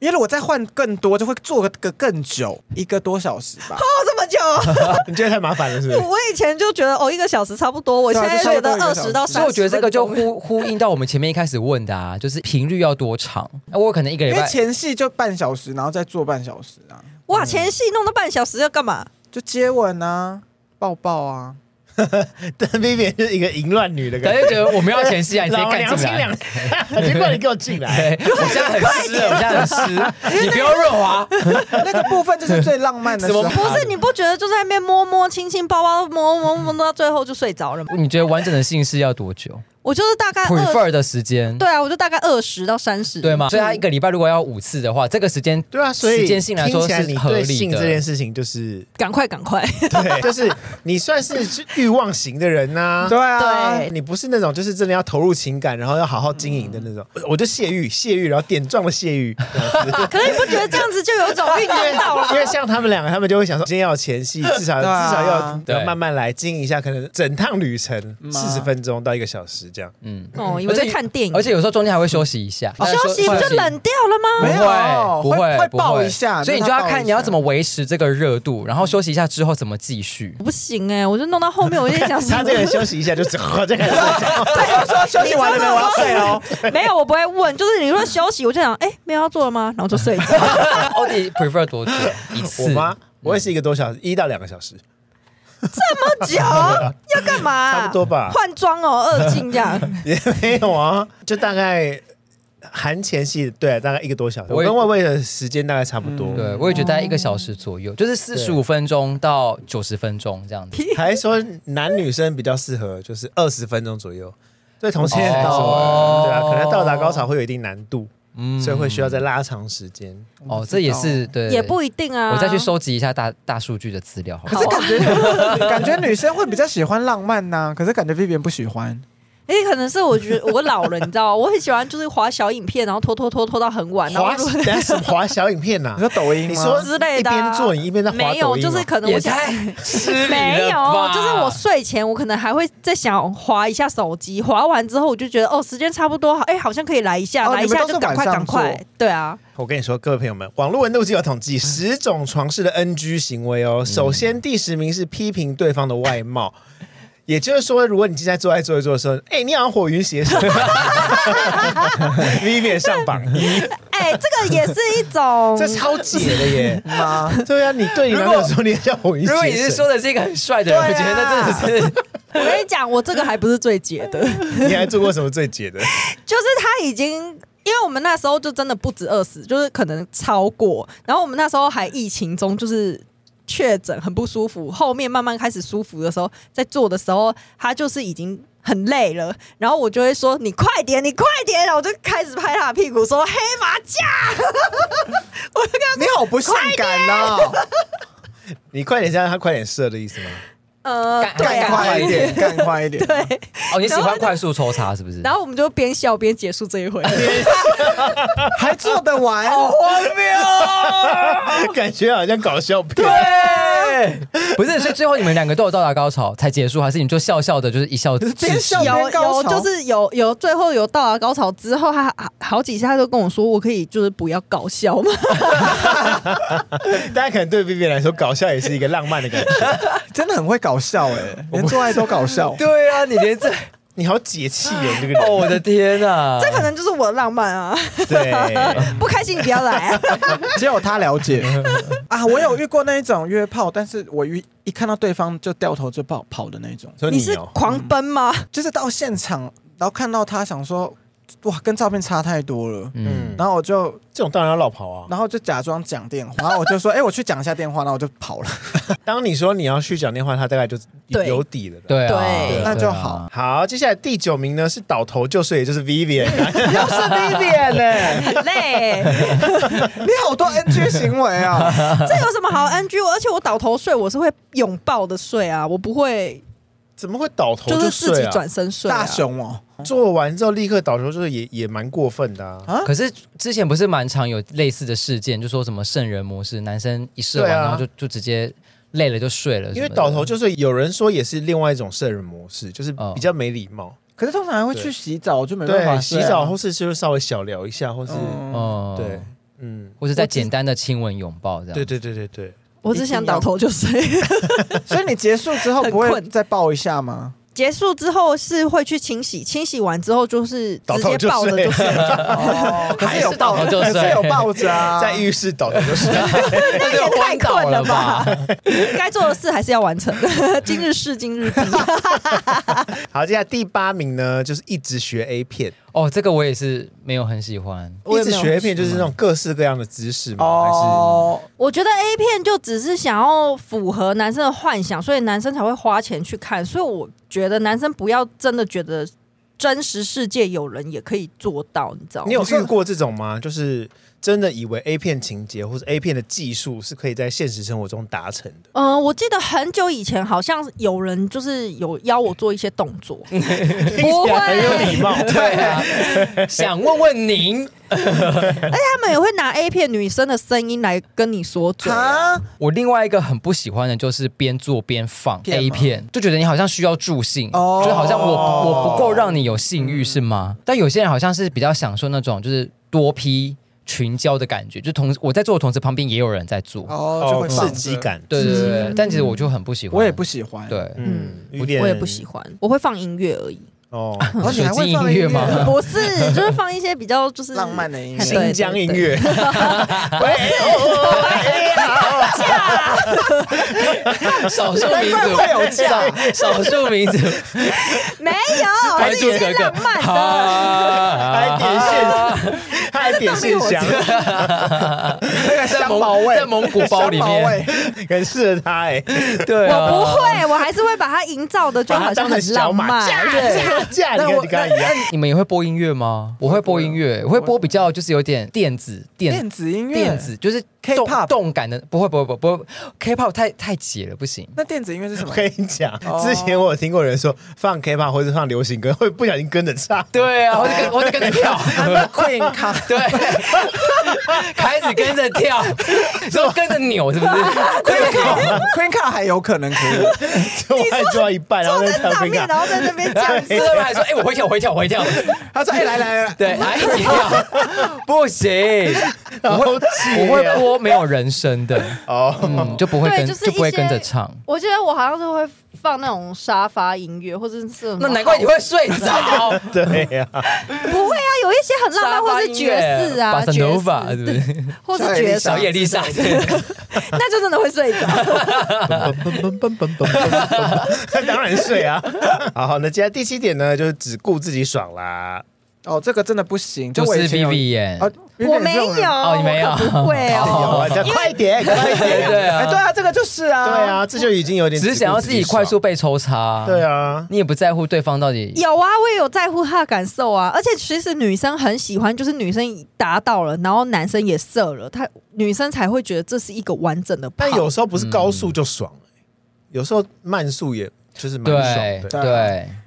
S4: 因为如果再换更多，就会做个更久，一个多小时 吧。
S3: 哦，这么久，
S2: 你觉得太麻烦了，是不是？
S3: 我以前就觉得哦，一个小时差不多，我
S4: 对
S3: 现在
S4: 啊就差
S3: 觉
S4: 不多
S3: 得
S4: 一个
S3: 二
S4: 小
S3: 十
S4: 时
S3: 到30分钟，
S5: 所以我觉得这个就呼呼应到我们前面一开始问的啊，就是频率要多长？哎我可能一个礼
S4: 因为
S5: 拜
S4: 前戏就半小时，然后再做半小时啊，
S3: 哇，前戏弄到半小时要干嘛？
S4: 就接吻啊，抱抱 啊。
S2: 但 Vivian 就是一个淫乱女的
S5: 感
S2: 感
S5: 觉
S2: 觉。
S5: 觉得我们要前戏啊，你直接
S2: 老
S5: 干
S2: 娘
S5: 进
S2: 亲
S5: 来
S2: 娘。， 结果你给我进来，
S5: 对，我现在很湿，我现在很湿，你不要润滑。
S4: 那个部分就是最浪漫的时候。
S5: 什 么
S3: 不是，你不觉得就在那边摸摸、亲亲、抱抱、摸摸摸摸到最后就睡着了吗？
S5: 你觉得完整的姓氏要多久
S3: 我就是大概二，
S5: ？prefer 的时间
S3: 对啊，我就大概二十到三十，
S5: 对吗？所以他一个礼拜如果要五次的话，这个时间
S2: 对啊，所以
S5: 时间性来说
S2: 听起
S5: 是
S2: 你
S5: 合
S2: 对
S5: 理
S2: 性这件
S5: 的。
S2: 事情就是
S3: 赶快赶快，
S2: 对， 就是你算是欲望型的人呐、
S4: 对啊，
S3: 对
S2: 你不是那种就是真的要投入情感，然后要好好经营的那种。
S5: 嗯
S2: 我就泄欲，泄欲，然后点状的泄欲。这样子
S3: 可是你不觉得这样子就有一种运动到 了？
S2: 因为像他们两个，他们就会想说，今天要有前戏，至少、
S4: 对啊
S2: 至少要
S5: 对
S2: 要慢慢来经营一下，可能整趟旅程
S4: 嗯啊
S2: 四十分钟到一个小时这样。
S5: 嗯，
S3: 哦，因为在看电影，哦
S5: 而且有时候中间还会休息一下，
S3: 休息不就冷掉了
S5: 不
S3: 吗？
S4: 没有
S5: 会，不
S4: 会
S5: 会，
S4: 会
S5: 不
S4: 爆一下
S5: 所以你
S4: 就
S5: 就是要
S4: 爆一
S5: 看你要
S4: 下
S5: 怎么维持这个热度，然后休息一下之后怎么继续。
S3: 不行哎、我就弄到后面，我就想说
S2: 他这个人休息一下就走， 这个人
S4: 对，说休息完了没 有？我要睡哦。
S3: 没有，我不会问，就是你说休息，我就想哎、没有要做了吗？然后就睡着。
S5: 奥迪 prefer 多久一次？
S2: 我妈，我也是一个多小时，一到两个小时，
S3: 久要干嘛、
S2: 差不多吧
S3: 换装哦，二进这样。
S2: 也没有啊，就大概含前戏，对，大概一个多小时。
S5: 我
S2: 我
S5: 也嗯
S2: 跟魏魏的时间大概差不多。
S5: 对，我也觉得大概一个小时左右，就是四十五分钟到九十分钟这样子。
S2: 还说男女生比较适合，就是二十分钟左右。对同性恋来
S5: 哦
S2: 说，对啊，可能到达高潮会有一定难度，
S5: 嗯
S2: 所以会需要再拉长时间。
S5: 哦，这也是对，
S3: 也不一定啊。
S5: 我再去收集一下大大数据的资料好了。
S4: 可是感觉感觉女生会比较喜欢浪漫呐，可是感觉 Vivian 不喜欢。
S3: 哎，可能是我觉得我老了，你知道，我很喜欢就是滑小影片，然后拖拖拖拖到很晚，然后
S2: 滑，等下什么滑小影片啊呐
S4: 你？说抖音
S2: 你
S4: 吗？
S2: 说
S3: 之类的啊
S2: 一边做你一边在滑抖音
S3: 没有，就是可能我
S5: 也
S3: 想。
S5: 太失礼了
S3: 没有，
S5: 吧
S3: 就是我睡前我可能还会再想哦滑一下手机，滑完之后我就觉得哦，时间差不多，哎、好像可以来一下，
S4: 哦
S3: 来一
S4: 你
S3: 下
S4: 们
S3: 就
S4: 都
S3: 是赶快
S4: 晚
S3: 赶
S4: 上做
S3: 快，对啊，
S2: 我跟你说，各位朋友们，网络温度计有统计十种床事的 NG 行为哦。首先，第十名是批评对方的外貌。也就是说，如果你今天在做爱做一做的时候，哎、你好像火云邪神，Vivian 上榜一，
S3: 哎、这个也是一种
S2: 这超解的耶！
S4: 吗？
S2: 对啊，你对你男朋友说你也叫火云邪神，
S5: 如果你是说的是一个很帅的人，我
S4: 对
S5: 觉得
S4: 啊
S5: 那真的是
S3: 我跟你讲，我这个还不是最解的，
S2: 你还做过什么最解的？
S3: 就是他已经。因为我们那时候就真的不止二十，就是可能超过。然后我们那时候还疫情中，就是确诊很不舒服。后面慢慢开始舒服的时候，在做的时候，他就是已经很累了。然后我就会说：“你快点，你快点！”然后我就开始拍他的屁股说：“黑马甲
S4: 你好不性感呐！啊
S2: 你快点这样，他快点射的意思吗？
S3: 呃，
S5: 干
S3: 对
S4: 干
S3: 啊，
S4: 快一点，干快一点。
S3: 对。
S5: 哦，你喜欢快速抽插是不 是？
S3: 然后我们就边笑边结束这一回，
S4: 还做得完，
S5: 荒谬，
S2: 感觉好像搞笑片。
S5: 对，不是，所以最后你们两个都有到达高潮才结束，还是你们就笑笑的，就是一笑置
S4: 边
S5: 之？
S4: 笑
S3: 有
S4: 边高
S3: 有
S4: 潮，
S3: 就是有有最后有到达高潮之后，他好好几次他都跟我说，我可以就是不要搞笑嘛，
S2: 大家可能对 B B 来说，搞笑也是一个浪漫的感觉。
S4: 真的很会搞笑哎，连做爱都搞 笑。
S5: 对啊，你连这，
S2: 你好解气哦，你这个人。
S5: 哦， 我的天啊！
S3: 这可能就是我的浪漫啊，
S2: 对，
S3: 不开心你不要来啊。
S4: 只有他了解啊！我有遇过那一种约炮，但是我一一看到对方就掉头就跑跑的那种，
S2: 说
S3: 你
S2: 你
S3: 是
S2: 哦，
S3: 狂奔吗？
S4: 就是到现场，然后看到他想说，哇，跟照片差太多了，
S5: 嗯，
S4: 然后我就
S2: 这种当然要绕跑啊。
S4: 然后就假装讲电话，然后我就 说，哎、我去讲一下电话，然后我就跑了。
S2: 当你说你要去讲电话，他大概就
S3: 对
S2: 有底了。
S5: 对啊，
S3: 对
S4: 那就
S5: 对啊
S4: 好。
S2: 好，接下来第九名呢是倒头就睡，也就是 Vivian，
S4: 又是 Vivian 呢、
S3: 很累，
S4: 你好多 NG 行为 啊！
S3: 这有什么好 NG？而且我倒头睡，我是会拥抱的睡啊，我不会
S2: 怎么会倒头
S3: 就是自
S2: 睡
S3: 己
S2: 啊？
S3: 转身睡、啊。
S4: 大熊哦，
S2: 做完之后立刻倒头就睡，也也蛮过分的啊。
S5: 可是之前不是蛮常有类似的事件，就说什么圣人模式，男生一射完，
S2: 对啊
S5: 然后就就直接累了就睡了什么的，
S2: 因为倒头就睡，有人说也是另外一种圣人模式，就是比较没礼貌。
S4: 可是通常还会去洗澡，就没办法、啊
S2: 对，洗澡或，是就是稍微小聊一下，或是
S4: 嗯，
S5: 哦
S2: 对，嗯，
S5: 或者在简单的亲吻拥抱这样，
S2: 对对对对对。
S3: 我只想倒头就睡。
S4: 所以你结束之后不
S3: 很
S4: 会
S3: 困
S4: 再抱一下吗？
S3: 结束之后是会去清洗，清洗完之后就是
S2: 倒
S3: 直
S2: 头
S3: 接抱着就
S2: 就
S3: 睡
S2: 睡
S3: 觉。
S4: 哦，还是有抱
S5: 呃还是倒头就
S4: 还
S5: 睡
S4: 是有抱着 啊，
S2: 在浴室倒头就睡，
S3: 那也太困了吧
S5: 那就昏倒？
S3: 该做的事还是要完成， 今日事今日毕。
S2: 好，接下来第八名呢，就是一直学 A 片，
S5: 哦，这个我也是没有很喜欢。
S2: 一
S3: 我也没
S2: 直
S3: 有嗯
S2: 学 A 片就是那种各式各样的姿势嘛，
S4: 哦，
S3: 我觉得 A 片就只是想要符合男生的幻想，所以男生才会花钱去看。所以我觉得男生不要真的觉得真实世界有人也可以做到，你知道
S2: 还嗯
S3: 吗？
S2: 是你有遇过这种吗？就是真的以为 A 片情节或者 A 片的技术是可以在现实生活中达成 的，
S3: 嗯、我记得很久以前好像有人就是有邀我做一些动作， 不会，
S2: 很有礼 貌。
S5: 对啊，想问问您，
S3: 他们也会拿 A 片女生的声音来跟你说嘴。啊
S4: 哈，
S5: 我另外一个很不喜欢的就是边做边放
S4: 片
S5: A
S4: 吗
S5: 片，就觉得你好像需要助兴，
S4: 哦
S5: 就好像我我不够让你有性欲是吗？但有些人好像是比较享受那种就是多批群交的感觉，就同我在做的同时，旁边也有人在做，
S4: 哦，就
S2: 哦
S4: 会，放
S2: 刺激
S4: 着，
S2: 感，
S5: 对对对对
S3: 嗯
S5: 但其实我就很不喜欢，
S4: 我也不喜欢，，
S5: 对。
S2: 嗯，
S3: 我
S2: 有点
S3: 我也不喜欢，我会放音乐而已，
S2: 哦，
S4: 然后你还
S5: 水晶
S4: 会放
S5: 音乐吗
S4: 乐
S3: 不是，就是放一些比较就是
S4: 浪漫的音
S3: 对
S4: 乐，
S2: 新疆音乐， 哦喂，
S5: 少数民族
S4: 怪会有价 哎
S5: 少数 民族啊
S3: 没有，
S5: 关注
S3: 是一些
S5: 哥哥
S3: 浪漫，的。
S5: 还
S2: 哎还点现， 还点现香，
S4: 那个
S5: 在
S4: 香茅
S5: 蒙
S4: 味，
S5: 在蒙古包里
S4: 香茅
S3: 哎
S5: 面，
S4: 味，
S2: 很适合他哎，
S5: 对啊，
S3: 我不会，我还是会把它营造的就
S2: 把
S3: 好
S2: 他
S3: 像
S2: 当成
S3: 很
S2: 小
S3: 浪
S2: 马
S3: 漫。
S2: 架架 架，你
S5: 那
S2: 看
S5: 我
S2: 你跟他一样。
S5: 你们也会播音乐吗？我会播音乐，我会播比较就是有点电子电
S4: 啊电子音乐，
S5: 电子，就是动
S4: K-pop
S5: 动感的，不会不会不会不会 K-pop 太太解了，不行。
S4: 那电子音乐是什么
S2: 我？跟你讲
S4: 哦，
S2: 之前我有听过人说放 K-pop 或者放流行歌，会不小心跟着唱。
S5: 对啊，我就跟我就跟着跳，
S4: Queen 卡
S5: 对，开始跟着跳，然后跟着扭，是 不是？
S4: Queen 卡 Queen 卡还有可能可以，
S2: 就爱做到一半，然后
S3: 坐
S2: 再
S3: 在
S2: 跳
S3: 上
S2: K
S3: 面，
S4: 哦
S2: 卡。
S3: 然后在那边这样子
S5: 这，他们还说，哎，我会跳，我会跳，我会跳，
S4: 他说哎来来来，
S5: 对，来一起跳，不行，
S2: 然后
S4: 啊
S5: 我会播没有人声的，
S2: 哦，
S5: 嗯，就不会
S3: 对
S5: 跟
S3: 就是
S5: 就不会
S3: 一些
S5: 跟着唱。
S3: 我觉得我好像是会放那种沙发音乐，或者是什么
S5: 那难怪你会睡着，
S2: 对呀，
S3: 不会啊，有一些很浪漫，或是爵士啊，
S5: 巴塞
S3: 爵
S5: 诺 瓦是
S3: 士，
S5: 不是？
S3: 或是爵士
S5: 小，野丽 莎，
S3: 那就真的会睡着。
S2: 嘣嘣嘣嘣嘣嘣嘣，当然睡啊。 好好，那接下来第七点呢，就是只顾自己爽啦。
S4: 哦这个真的不行，就
S5: 就
S4: 我以
S5: 是
S4: 前有
S5: Vivi 耶，
S4: 哦，
S3: 我没 有，
S5: 哦你没有
S3: 我可不会
S2: 有
S3: 哦。
S2: 啊，叫快点，快
S5: 对
S2: 点。
S5: 对
S4: 哎对
S5: 啊，
S4: 啊，这个就是 啊，
S2: 对，啊，这就已经有点
S5: 只是想要自己快速。被抽插，
S2: 对，啊，
S5: 你也不在乎对方到底
S3: 有啊，我也有在乎他的感受啊，而且其实女生很喜欢，就是女生达到了，然后男生也射了，他女生才会觉得这是一个完整的泡。
S2: 但有时候不是高速就爽。欸有时候慢速也就是蛮
S5: 对
S2: 爽的，
S5: 对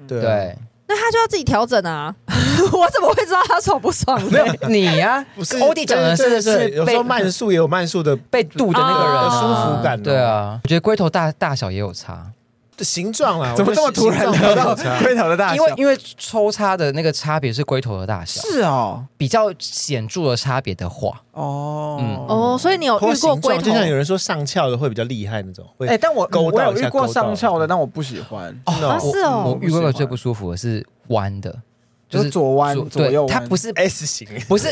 S2: 对啊
S5: 对，
S3: 那他就要自己调整啊！ 我怎么会知道他爽不爽呢？
S5: 你呀
S2: 不是，
S5: 欧弟讲的
S2: 对对
S5: 是
S2: 对
S5: 是
S2: 有时
S5: 被
S2: 候慢速也有慢速的
S5: 被度的那个人啊
S2: 有舒服感哦
S5: 对啊，我觉得龟头大大小也有差，
S2: 形状啊，
S4: 怎么这么突然聊到 龟头的大
S5: 因
S4: 小
S5: 为？因为抽插的那个差别是龟头的大小，
S4: 是哦，
S5: 比较显著的差别的话，
S4: 哦
S5: 嗯
S3: 哦，所以你有
S2: 或
S3: 遇过
S2: 形
S3: 龟
S2: 状，
S3: 头
S2: 就？像有人说上翘的会比较厉害那种，会
S4: 哎，但我
S2: 勾
S4: 我
S2: 到
S4: 有
S2: 一下
S4: 遇过
S2: 勾到
S4: 上翘的，但我不喜欢，
S2: 真的
S3: 啊，
S2: 哦
S3: 是哦
S5: 我，遇过最不舒服的是弯的，
S4: 就是左弯
S5: 左
S4: 左
S5: 对
S4: 右弯，
S5: 它不是
S2: S 型，
S5: 不是，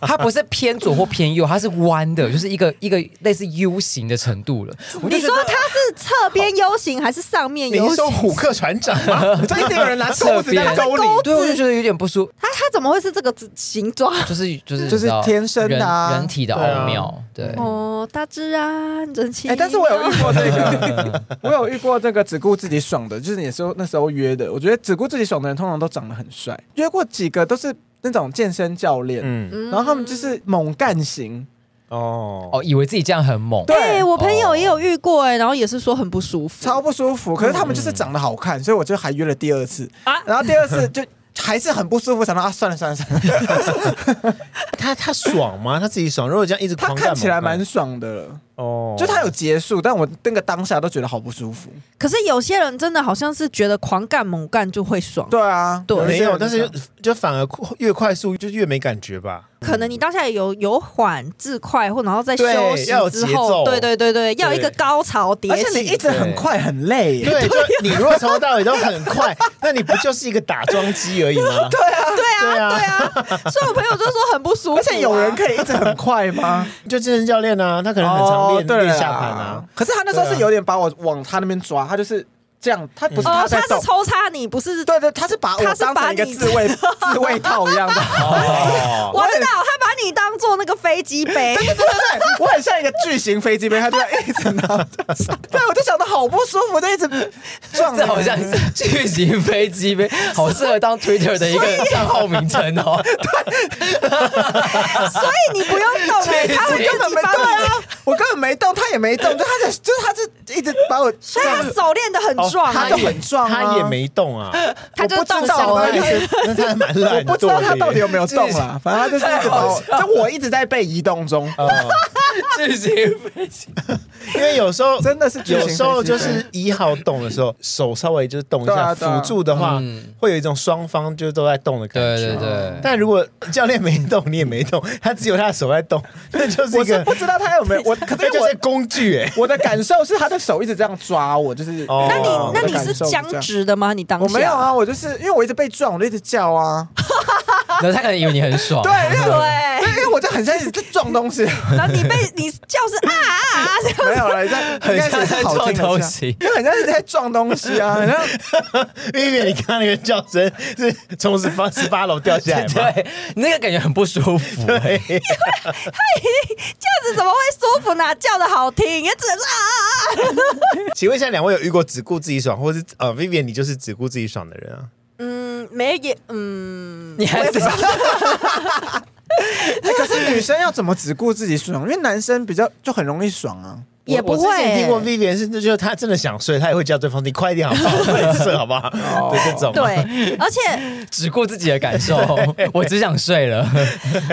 S5: 它不是偏左或偏右，它是弯的，就是一个一个类似 U 型的程度了。我就
S3: 你
S5: 觉
S3: 说
S5: 得
S3: 他是侧边 U 型还是上面
S2: 你
S3: U
S2: 是
S3: 型
S2: 说？虎克船长 吗？
S4: 这一定有人拿钩子在勾你，
S5: 对，我就觉得有点不舒服，
S3: 他他怎么会是这个形状？
S5: 就是就是
S4: 就是
S5: 你知道
S4: 天生的啊
S5: 人人体的奥妙，对。
S3: 哦，大致啊，真奇
S4: 哎、但是我有遇过这个， 我有遇过这个只顾自己爽的，就是也是那时候约的。我觉得只顾自己爽的人通常都长得很帅，约过几个都是那种健身教练，
S2: 嗯，
S3: 嗯
S4: 然后他们就是猛干型，
S2: 哦，
S5: 哦，以为自己这样很猛，
S3: 对我朋友
S5: 哦
S3: 也有遇过哎、然后也是说很不舒服，
S2: 哦
S4: 超不舒服。可是他们就是长得好看，所以我就还约了第二次
S3: 啊
S4: 然后第二次就还是很不舒服，想到啊，算了算了算了。
S2: 他他爽吗？他自己爽？如果这样一直
S4: 他
S2: 狂干
S4: 看起来
S2: 猛干
S4: 蛮爽的了，
S2: 哦，
S4: 就他有结束，但我那个当下都觉得好不舒服。
S3: 可是有些人真的好像是觉得狂干猛干就会爽，
S4: 对啊，
S3: 对
S2: 没
S4: 些人
S2: 有，但是就就反而越快速就越没感觉吧。
S3: 可能你当下有有缓至快，或然后在
S2: 对
S3: 休息
S2: 要有
S3: 之
S2: 节
S3: 后，
S2: 奏
S3: 对对对对，要有一个
S2: 对
S3: 高潮
S4: 而
S3: 迭
S4: 且你一
S3: 起。
S4: 直很快很累耶。
S2: 对，就你如果从头到尾都很快， 那你不就是一个打桩机而已吗？
S3: 对
S2: 对
S3: 啊，
S2: 啊
S3: 对啊，所以我朋友就说很不舒服啊、
S4: 而且有人可以一直很快吗？
S2: 就健身教练啊，他可能很常练
S4: 哦对啦
S2: 练下盘啊。
S4: 可是他那时候是有点把我往他那边抓，他就是这样，他不是
S3: 哦，
S4: 在
S3: 他
S4: 动
S3: 是。抽插你，不是？
S4: 对对，他是把
S3: 他
S4: 我
S3: 是把
S4: 当成一个
S3: 你
S4: 自 卫自卫套一样的，
S2: 哦，
S3: 我知道，他把你当做那个飞机杯，
S4: 我很像一个巨型飞机杯，他就要一直拿着，对我就想的好不舒服，就一直撞
S5: 这
S4: 人，
S5: 好像是巨型飞机呗，好适合当 Twitter 的一
S4: 啊
S5: 个账号名称哦。
S3: 所以你不用动 哎、
S5: 确
S3: 他会
S5: 实
S3: 自
S4: 根本
S3: 己
S4: 没
S3: 帮
S4: 动
S3: 你，
S4: 啊，我根本没动，他也没动，就他就就是他就一直把我
S3: 所以他手练得很壮、
S2: 哦他
S3: 啊，
S4: 哦就很壮啊
S2: 他也没动 啊，
S3: 他就
S4: 我不
S3: 动
S4: 知
S3: 手
S4: 道
S3: 而
S4: 啊
S2: 那
S3: 已。
S2: 也是那他还蛮懒惰的耶。
S4: 不知道他到底有没有动啦，反正他就是一直把我，
S5: 太好笑嗯
S4: 就我一直在被移动中，
S2: 哦
S5: 巨型飞机，
S2: 因为有时候
S4: 真的是巨型
S2: 有
S4: 飞机
S2: 时候就是一号动的时候，手稍微就是动一
S4: 对
S2: 下，
S4: 啊对啊
S2: 辅助的话
S5: 嗯，
S2: 会有一种双方就是都在动的感
S5: 对
S2: 觉。
S5: 对对，
S2: 但如果教练没动，你也没动，他只有他的手在动， 那就是
S4: 我
S2: 一
S4: 是
S2: 个
S4: 不知道他有没有我，可
S2: 那
S4: 是
S2: 就
S4: 我
S2: 是工具哎。
S4: 我的感受是他的手一直这样抓我，就是。
S2: 哦
S3: 那你
S2: 哦
S3: 那你
S4: 我的
S3: 是
S4: 感受
S3: 僵
S4: 这样？
S3: 直的吗？你当下
S4: 我没有啊，我就是因为我一直被撞，我就一直叫啊。
S5: 然后他可能以为你很爽，
S4: 对，因 为我
S3: 对，
S4: 因为我就很像一直在撞东西，啊
S3: 然后你被你叫是啊啊啊这样，
S4: 没有了，在应
S5: 很
S4: 该
S5: 像
S4: 是
S5: 在
S4: 好
S5: 撞
S4: 听
S5: 东
S4: 的是
S5: 西
S4: 啊，。就很像是在撞东西 啊，很像
S2: 因为你刚刚那个叫声是从十八十八楼掉下来 吗？
S5: 对，那个感觉很不舒服。
S2: 对，
S3: 这样子怎么会舒服呢？叫的好听，也只能是啊啊啊。
S2: 请问一下，两位有遇过只顾自己爽，或是呃，Vivian 你就是只顾自己爽的人啊？
S3: 嗯，没也嗯，
S5: 你还是
S4: 哎可是女生要怎么只顾自己爽？因为男生比较就很容易爽啊。
S3: 也
S2: 我
S3: 不
S2: 我之前听过
S3: 会。
S2: Vivian 是，就是他真的想睡，他也会叫对方你快一点好不好？快睡好不 好？对这种嘛，
S3: 哦对，而且
S5: 只顾自己的感 受，我只想睡了。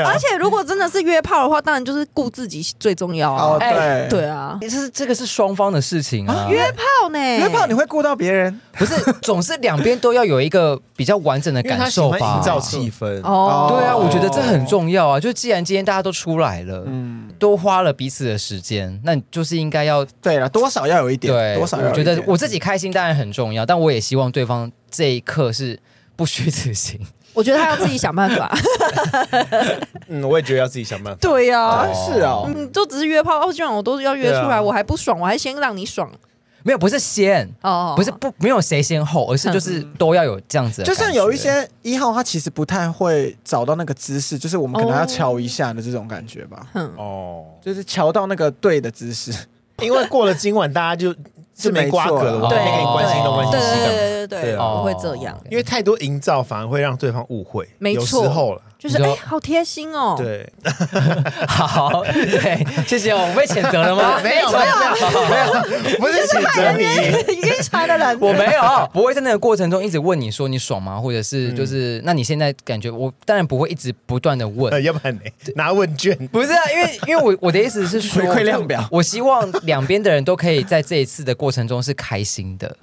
S3: 而且，如果真的是约炮的话，当然就是顾自己最重要
S4: 哦，
S3: 啊。
S5: 哎
S4: 对，
S3: 对啊，
S5: 这是这个是双方的事情啊，
S3: 约炮呢？
S4: 约炮你会顾到别人
S5: 不是总是两边都要有一个比较完整的
S2: 因为他
S5: 感
S2: 喜
S5: 受
S2: 欢
S5: 吧
S2: 营。造气氛。
S3: 哦，
S5: 对啊，我觉得这很重要啊。就既然今天大家都出来了，
S4: 嗯
S5: 都花了彼此的时间，那你就是应该要
S4: 对了，多少要有一点，
S5: 对。
S4: 多少要有
S5: 我
S4: 一
S5: 觉得
S4: 点啊
S5: 我自己开心当然很重要，但我也希望对方这一刻是不虚此行。
S3: 我觉得他要自己想办法。
S2: 嗯，我也觉得要自己想办法。
S3: 对呀
S4: 啊，是哦，
S3: 嗯，就只是约炮哦，既然我都要约出
S2: 对
S3: 来，
S2: 啊
S3: 我还不爽，我还先让你爽
S5: 没有，不是先，
S3: 哦。
S5: 不是不没有谁先后，而是就是都嗯要有这样子的
S4: 嗯就
S5: 感觉。
S4: 像有一些一号，他其实不太会找到那个姿势，就是我们可能
S3: 哦
S4: 要敲一下的这种感觉吧，
S3: 哼，
S2: 哦，
S4: 就是敲到那个对的姿势。
S2: 因为过了今晚，大家就是就没
S4: 没
S2: 瓜
S4: 错
S2: 葛了，我
S5: 对
S2: 没跟你关心东关
S5: 哦
S2: 心
S3: 对
S2: 西干嘛？
S3: 对对对对
S2: 对
S3: 对，
S2: 啊
S3: 我会这样。
S2: 因为太多营造反而会让对方误会，
S3: 没
S2: 有时
S3: 错
S2: 候了。
S3: 就是
S5: 你
S3: 哎、
S5: 说
S3: 好贴心哦。
S2: 对，
S5: 好，对，谢谢哦。我被谴责 了吗？没有，没有，没 有，
S2: 不是谴
S3: 哎
S2: 责你，
S3: 晕船的人，
S5: 我没有，不会在那个过程中一直问你说你爽吗，或者是就是、那你现在感觉我当然不会一直不断的问
S2: 呃， 要不然呢？拿问卷，
S5: 不是啊，因为因为我我的意思是 说
S4: 回馈量表
S5: 就我希望两边的人都可以在这一次的过程中是开心的。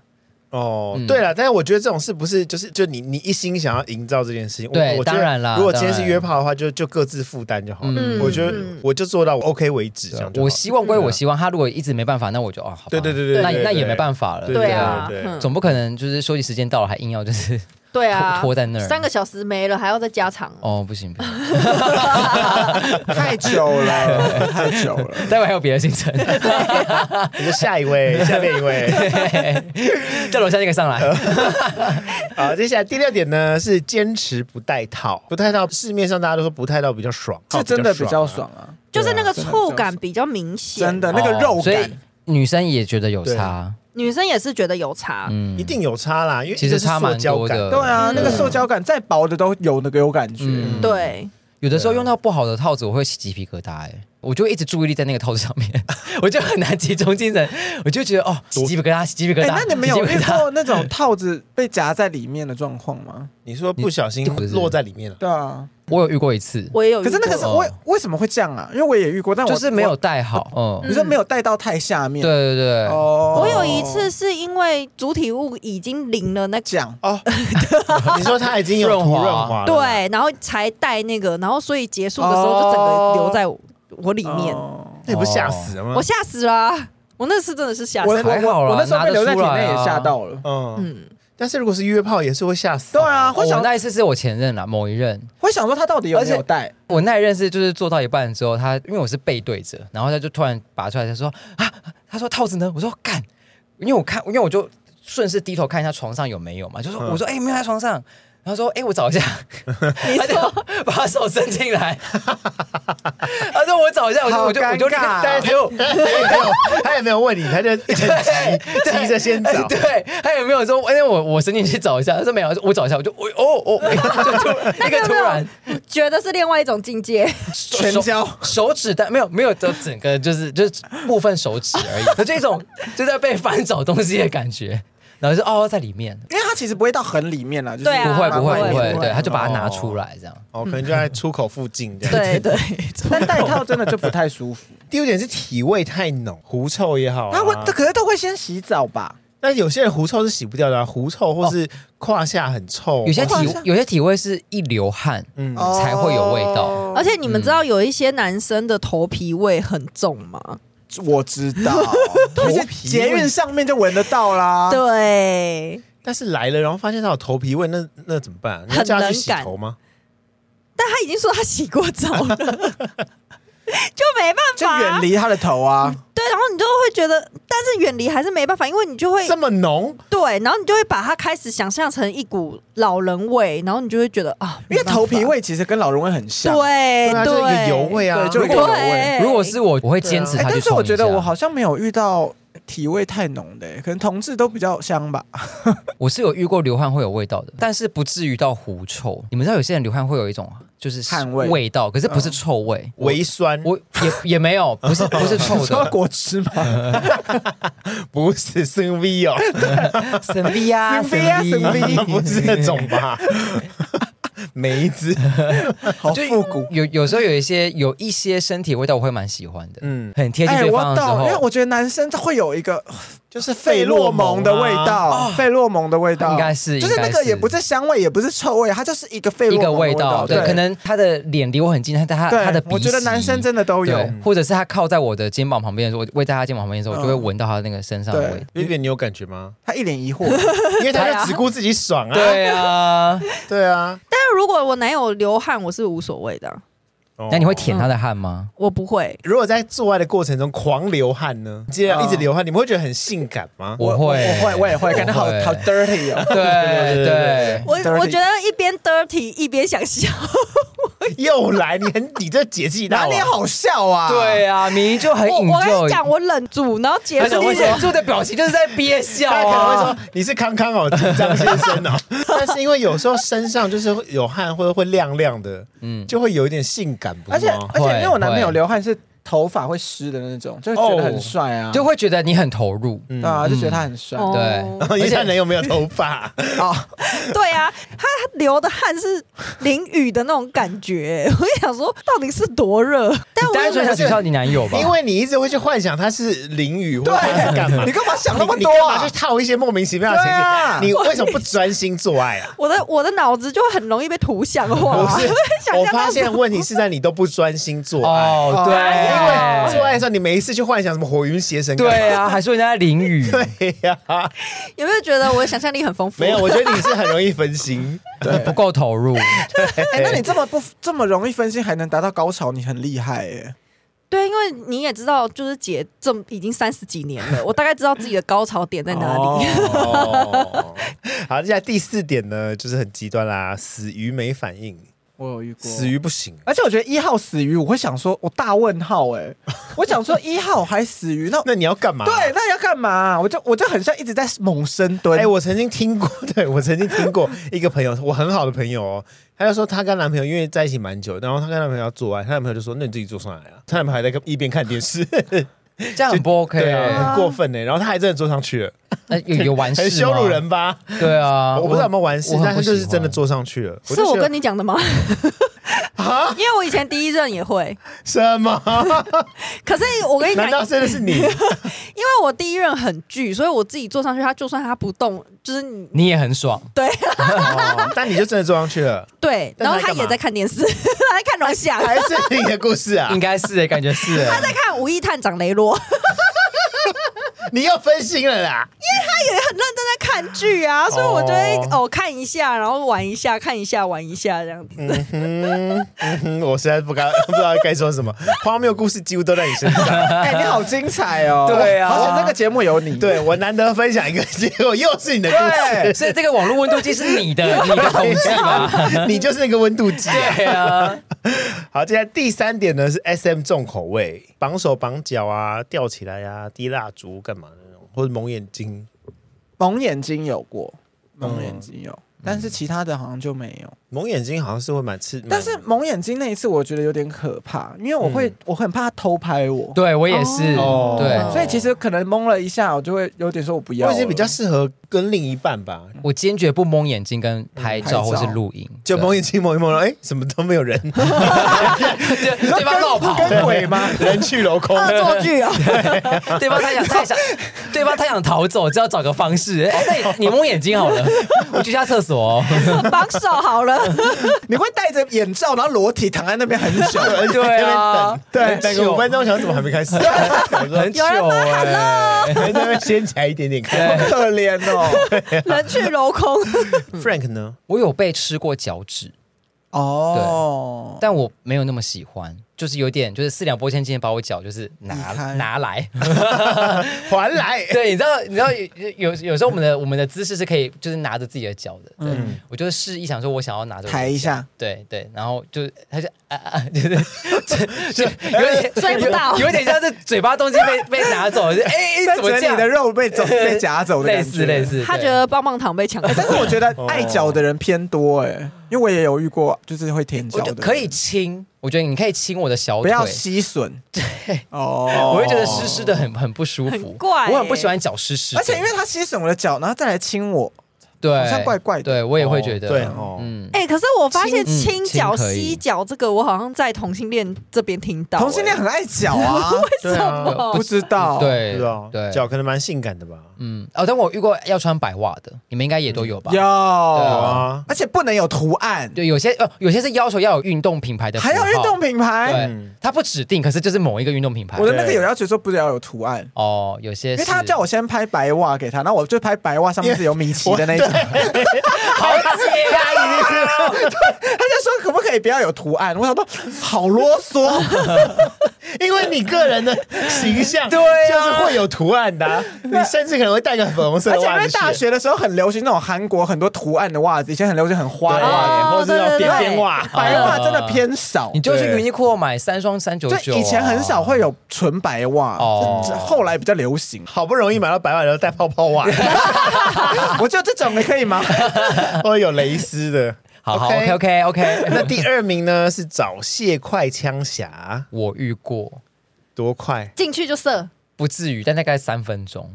S2: 哦，
S5: 嗯
S2: 对了，但是我觉得这种事不是就是就你你一心想要营造这件事情，我
S5: 对
S2: 我觉得
S5: 当然啦
S2: 如果今天是
S5: 当然
S2: 约炮的话，就就各自负担就好了。
S5: 嗯
S2: 我觉得
S3: 嗯
S2: 我就做到我 OK 为止，这样就好
S5: 我希望归我希望，他如果一直没办法，那我就哦，好吧，
S2: 对对对对
S5: 那
S2: 对
S5: 那也
S2: 对
S5: 没办法了，
S2: 对
S3: 对啊，
S2: 对对对
S3: 嗯
S5: 总不可能就是休息时间到了还硬要就是
S3: 对啊，
S5: 拖拖在那儿
S3: 三个小时没了，还要再加长。
S5: 哦不行不行，
S4: 太久了， 太久了。
S5: 待会还有别的行 程，
S2: 我说下一位，下面一位。
S5: 叫楼下那个上来。
S2: 好，接下来第六点呢是坚持不戴套，不戴套市面上大家都说不戴套比较爽，
S4: 这真的比较
S2: 啊。
S4: 爽啊，
S3: 就是那个
S4: 对啊
S3: 触感比较明显，
S4: 真呃的那个
S5: 哦
S4: 肉
S5: 所以
S4: 感，
S5: 女生也觉得有
S2: 对
S5: 差，
S3: 女生也是觉得有差，
S5: 嗯
S2: 一定有差啦，因为
S5: 其实
S2: 这是
S5: 差蛮
S2: 塑胶
S5: 多
S2: 感
S5: 的
S4: 对啊，
S3: 嗯
S4: 那个塑胶感再薄的都有那个有感觉，
S5: 嗯
S3: 对，
S5: 有
S4: 啊
S5: 的时候用到不好的套子，我会起鸡皮疙瘩、哎，我就会一直注意力在那个套子上面， 我就很难集中精神，我就觉得哦，起鸡皮疙瘩，起鸡皮疙
S4: 哎、
S5: 瘩。
S4: 那你们有
S5: 起鸡
S4: 遇
S5: 皮疙瘩
S4: 过那种套子被夹在里面的状况吗？
S2: 你说不小心落在里 面了，
S4: 对啊，
S5: 我有遇过一次，
S3: 我也有遇
S4: 可
S3: 过。
S4: 是那个是
S5: 哦
S4: 为为什么会这样啊？因为我也遇过，但我
S5: 就是没有
S4: 我
S5: 戴好，嗯，
S4: 你说没有带到太下面，
S5: 对对对，
S4: 哦
S3: 我有一次是因为主体物已经淋了那个。
S4: 讲
S2: 哦，你说它已经有
S5: 润
S2: 涂
S5: 滑
S2: 润滑了，
S3: 对，然后才带那个，然后所以结束的时候就整个留在我我里面，
S4: 哦
S2: 那你不是吓死了吗
S3: 我？吓死啦、我那次真的是吓
S4: 我
S3: 死，
S5: 还好
S4: 我
S5: 啦
S4: 我那时候被留在体
S5: 拿得
S4: 内
S5: 出来啊
S4: 也吓到了。
S2: 嗯，
S3: 嗯，
S2: 但是如果是约炮也是会吓死。
S4: 对，啊，
S5: 我
S4: 会想
S5: 哦那一次是我前任啦，某一任，
S4: 会想说他到底有没有带？
S5: 我那一任是就是做到一半之后，他因为我是背对着，然后他就突然拔出来，他说啊，他说套子呢？我说干，因为我看，因为我就顺势低头看一下床上有没有嘛，就说、
S2: 嗯
S5: 我说哎、没有在床上，然后说哎、我找一下，
S3: 你
S5: 他就
S3: 说
S5: 把手伸进来，他说我找一下，我就我就
S4: 好尴
S5: 我就立刻
S4: 尬
S2: 但是 他也没有，他也没有问你，他就很急急着先找。
S5: 对，他有没有说？哎、我我伸进去找一下，他说没有，我找一下，我就我哦哦，哎就突 那个突然
S3: 觉得是另外一种境界，
S5: 全
S4: 交
S5: 手指但没有没有，就整个就是就是部分手指 而已，就这种就在被翻找东西的感觉，然后就哦在里面，
S4: 因为他其实不会到很里面了，就是
S3: 对啊
S5: 不会不会
S3: 不会
S5: 不会，
S3: 不会
S5: 对，他就把它拿出来这样。
S2: 哦，可能就在出口附近这样。
S3: 对对，
S4: 但戴套真的就不太舒 服。
S2: 第五点是体味太浓，狐臭也好、啊。
S4: 他会，可是都会先洗澡吧？
S2: 但有些人狐臭是洗不掉的、啊，狐臭或是胯下很臭，啊
S5: 有些
S2: 或
S5: 体
S2: 者是
S5: 有些体味是一流汗，
S2: 嗯
S5: 嗯，才会有味道。
S4: 哦
S3: 而且你们知道有一些男生的头皮味很重吗？
S4: 我知 道，而且
S2: 皮
S4: 捷运上面就闻得到啦。
S3: 啊对，
S2: 但是来了然后发现他有头皮味，那那怎么办、啊你要
S3: 很
S2: 叫他去
S3: 冷
S2: 洗
S3: 感
S2: 头吗？
S3: 但他已经说他洗过澡了， 就没办
S4: 就
S3: 法啊、
S4: 远离他的头啊！
S3: 对，然后你就会觉得，但是远离还是没办法，因为你就会
S2: 这么浓，
S3: 对，然后你就会把它开始想象成一股老人味，然后你就会觉得啊，没
S4: 因为
S3: 办法
S4: 头皮，味其实跟老人味很像。
S3: 对
S2: 对啊，就是一个油，味啊。
S4: 对就
S5: 如
S4: 有一个
S5: 果
S4: 油
S3: 对
S4: 味。
S5: 如果是我，我会坚持
S4: 哎
S5: 他去
S4: 但是我
S5: 冲一
S4: 觉
S5: 下。
S4: 得我好像没有遇到体味太浓的、可能同志都比较香 吧。
S5: 我是有遇过流汗会有味道的，但是不至于到狐臭。你们知道有些人流汗会有一种就是
S4: 汗味嗯
S5: 味道，可是不是臭味。
S2: 微酸
S5: 我也也没有，不是不是 臭
S4: 说
S5: 的，
S4: 果汁 吗？
S2: 不是生 V 哦，
S5: 神秘啊
S4: 神秘啊神 秘
S2: 不是那种吧？ 梅子，
S4: 好
S5: 就
S4: 复古。
S5: 有有时候有一些有一些身体味道我会蛮喜欢的，
S2: 嗯，
S5: 很贴近对
S4: 哎我
S5: 方的时
S4: 懂，因为
S5: 候，
S4: 我觉得男生会有一个
S2: 就是
S4: 费洛蒙的味道，费洛蒙的味道
S5: 哦应该是
S4: 就是那
S5: 应
S4: 个
S5: 该是
S4: 也不是香味，也不是臭味，它就是一个费
S5: 一
S4: 洛
S5: 个
S4: 蒙的
S5: 味道，
S4: 道。
S5: 对，可能他的脸离我很近，他他
S4: 对
S5: 他的鼻息，
S4: 我觉得男生真的都有
S5: 对，或者是他靠在我的肩膀旁边的时候，我我在他肩膀旁边的时候，我就会闻到他那个身上的味道。
S2: 有点你有感觉 吗？
S4: 他一脸疑惑，
S2: 因为他就只顾自己爽啊，
S5: 对啊，
S2: 对啊，
S3: 但是如果我男友流汗，我是无所谓的啊，
S2: 哦
S5: 那你会舔他的汗吗？
S3: 我不会，
S2: 如果在做爱的过程中狂流汗呢？既然一直流汗，你们会觉得很性感吗？
S5: 我会，
S4: 我会，我也会，感觉好好 dirty 哦。
S5: 对对，
S3: 我
S4: Dirty
S3: 我觉得一边 dirty 一边想笑，
S2: 又来，你很你这解气
S4: 哪
S2: 到
S4: 里
S2: 啊！
S4: 好笑啊？
S5: 对啊，明明就很
S3: 我
S5: 引
S3: 我跟你讲，
S5: 咎。
S3: 我忍住，然后结
S5: 而且
S3: 束
S5: 你忍住的表情就是在憋笑
S2: 他可能会
S5: 啊
S2: 说。你是康康哦，紧张先生哦，但是因为有时候身上就是会有汗或者会亮亮的，嗯，就会有一点性感，不
S4: 而
S2: 是
S4: 且
S2: 吗？
S4: 而且，因为我男朋友
S5: 会哦
S4: 流汗是头发会湿的那种，就觉得很帅啊，
S5: 就会嗯觉得你很投入，
S4: 对啊，就觉得他很帅
S3: 哦
S5: 对
S2: 因为他男友没有头发，
S4: 啊。
S3: 对啊，他流的汗是淋雨的那种感觉、 我也想说，到底是多热？但我
S5: 单纯想取笑你男友吧，
S2: 因为你一直会去幻想他是淋雨或者他是干嘛
S4: 对，你。干嘛想那么
S2: 你
S4: 多
S2: 干嘛
S4: 啊
S2: 去？套一些莫名其妙的情
S4: 对啊
S2: 绪？你为什么不专心做爱 啊？
S3: 我的我的脑子就很容易被图像化，
S2: 不
S3: 我
S2: 是
S3: 会， 想
S2: 我
S3: 象
S2: 发
S3: 到
S2: 现问题是在你都不专心做爱。
S5: 哦，
S4: 对
S2: 因为做
S5: 对，
S2: 爱的时候，你每一次去幻想什么火云邪神，
S5: 哎对，啊，还说人家在淋 雨，
S2: 对呀、
S3: 有没有觉得我的想象力很丰富？
S2: 没有，我觉得你是很容易分心，
S5: 不够投入，
S4: 哎，那你这么不这么容易分心，还能达到高潮，你很厉害哎。
S3: 对，因为你也知道，就是姐这么已经三十几年 了，我大概知道自己的高潮点在哪里。
S2: 哦， 好，接下来第四点呢，就是很极端啦，死鱼没反应，
S4: 我有遇过
S2: 死鱼不行。
S4: 而且我觉得一号死鱼，我会想说，我大问号哎、我想说一号还死鱼，那
S2: 那你要干嘛？
S4: 对，那要干嘛、我就我就很像一直在猛深蹲，
S2: 哎、我曾经听过， 对我曾经听过一个朋友，我很好的朋友哦，他就说她跟男朋友因为在一起蛮久，然后她跟男朋友要做爱，她男朋友就说那你自己坐上来啊，她男朋友还在跟一边看电视，
S5: 这样很不 OK，
S2: 对啊，很过分呢、然后她还真的坐上去了，
S5: 呃有有完事吗
S2: 很羞辱，人吧？
S5: 对啊，
S2: 我不知道有没有完事
S5: 我，很
S2: 但是就是真的
S5: 不喜欢
S2: 坐上去了。
S3: 是我跟
S2: 你
S3: 你讲的吗？
S2: 啊
S3: 因为我以前第一任也会，
S2: 什 么？
S3: 可是我跟你讲
S2: 难，道真的是 你？
S3: 因为我第一任很巨，所以我自己坐上去，他就算他不动，就是你
S5: 你也很爽，
S3: 对
S2: 哦但你就真的坐上去了，
S3: 对，
S2: 但
S3: 然
S2: 是他
S3: 后他
S2: 干嘛
S3: 也在看电视， 他在看龙翔，
S2: 还是你的故事啊
S5: 应？该是欸 感觉是，
S3: 他在看《无意探长雷 洛》，
S2: 你又分心了啦！
S3: 也很认真在看剧啊，所以我就会
S2: 哦
S3: 哦看一下，然后玩一下，看一下，玩一下这样子。
S2: 嗯嗯哼，我实在不该不知道该说什么，荒谬故事几乎都在你身上。
S4: 哎、你好精彩哦，
S5: 对啊
S4: 好想这个节目有你，
S2: 对我难得分享一个，结果又是你的故
S5: 对， 所以这个网络温度计是 你的，你的统计吧，
S2: 事， 你就是那个温度计啊。
S5: 对啊，
S2: 好，接下来第三点呢是 S M 重口味，绑手绑脚啊，吊起来啊，滴蜡烛干嘛的那种，或者蒙眼睛。
S4: 蒙眼睛有过，蒙眼睛有，但是其他的好像就没有。
S2: 蒙眼睛好像是会蛮刺，
S4: 但是蒙眼睛那一次，我觉得有点可怕，因为我会、我很怕他偷拍我，
S5: 对我也是，
S2: 哦
S5: 对
S4: 所以其实可能蒙了一下，我就会有点说我不要
S2: 我
S4: 了，
S2: 已经比较适合跟另一半吧，
S5: 我坚决不蒙眼睛跟拍照或是录影，
S2: 就蒙眼睛蒙一蒙了，哎，怎么都没 有人，
S5: 对 对方绕跑，
S4: 跟鬼吗？
S2: 人去楼空。
S3: 恶作剧啊！
S5: 对方太想太想，对方太想逃走，只要找个方式。哎、那你你蒙眼睛好 了，我去下厕所、哦。
S3: 帮手好 了，
S5: 啊
S4: 你会戴着眼罩，然后裸体躺在那边很 久，
S5: 对啊，
S2: 对，
S5: 很
S2: 等个
S5: 久
S2: 五分钟，想怎么还没开始？我说
S5: 很久哎、
S2: 还在那 边掀起来一点点看。
S4: 好可怜 哦。
S3: 人去楼空。
S2: Frank 呢？
S5: 我有被吃过脚趾，
S4: 哦，
S5: 但我没有那么喜欢，就是有点就是四两拨千斤地把我脚就是拿
S4: 移开
S5: 拿来。
S2: 还来，
S5: 对，你知道你知道有有有时候我们的我们的姿势是可以就是拿着自己的脚的。对，我就是示意想说我想要拿着我的
S4: 抬一
S5: 脚。
S4: 下，
S5: 对对，然后就他就啊啊， 就是就有点
S3: 追不到
S5: 有点像是嘴巴东西被被拿走，就哎哎
S4: 但
S5: 怎么
S4: 觉得
S5: 这
S4: 你
S5: 样
S4: 的？肉被走被夹走的
S5: 类
S4: 感
S5: 似
S4: 觉，
S5: 类。似，
S3: 他
S5: 对
S3: 觉得棒棒糖被抢走
S4: 哎，，但是我觉得爱脚的人偏多哎、因为我也有遇过，就是会舔脚
S5: 我
S4: 的
S5: 就
S4: 人，
S5: 可以亲，我觉得你可以亲我的小
S4: 不
S5: 腿，
S4: 要吸 吮。对，哦
S5: 我会觉得湿湿的很很不舒服，
S3: 很怪欸
S5: 我很不喜欢脚湿湿的，
S4: 而且因为他吸吮我的脚，然后再来亲我，
S5: 对
S4: 好像怪怪的
S5: 对我也会觉得
S2: 对哦，
S5: 嗯，
S3: 哎、可是我发现
S5: 亲
S3: 亲脚、
S5: 嗯亲可以
S3: 吸脚这个，我好像在同性恋这边听到、哎
S4: 同性恋很爱脚啊，
S2: 对啊，
S3: 哦
S4: 不知 道，，
S5: 对
S2: 对啊，
S5: 对，
S2: 脚可能蛮性感的吧？
S5: 嗯哦，但我遇过要穿白袜的，你们应该也都有吧？
S4: 有，
S2: 啊，
S4: 而且不能有图案，
S5: 对，有些呃，有些是要求要有运动品牌的符号，
S4: 还有运动品牌，
S2: 嗯
S5: 对，它不指定，可是就是某一个运动品牌
S4: 我。的那个有要求说不要有图案。
S5: 哦，有些
S4: 因
S5: 是
S4: 为他叫我先拍白袜给他，然后我就拍白袜上面是有米奇的那一种，
S5: 好解呀、
S4: 他就说可不可以不要有图案？我想说好啰 嗦，
S2: 因为你个人的形象
S5: 对啊
S2: 就是会有图案的啊、你甚至可能会带个粉红色
S4: 而
S2: 的
S4: 且因
S2: 袜
S4: 为
S2: 子
S4: 大
S2: 去。
S4: 学的时候很流行那种韩国很多图案的袜子，以前很流行很花的袜
S2: 对，或
S3: 对
S4: 子，
S2: 者是
S3: 哦对对
S2: 要
S3: 对
S2: 边边袜，
S4: 白袜真的偏少
S5: 哦你。就去
S2: 对。
S5: Uniqlo 买三双三九啊
S4: 就
S5: 九，
S4: 以前很少会有纯白袜，
S5: 哦
S4: 这这后来比较流 行
S2: 好不容易买到白袜，然后带泡泡袜，
S4: 我觉得这种的可以 吗？
S2: 或者有蕾丝的。
S5: 好好 OK OK OK，
S2: 那第二名呢是早泄快枪侠，
S5: 我遇过，
S2: 多快？
S3: 进去就射，
S5: 不至于，但大概三分钟。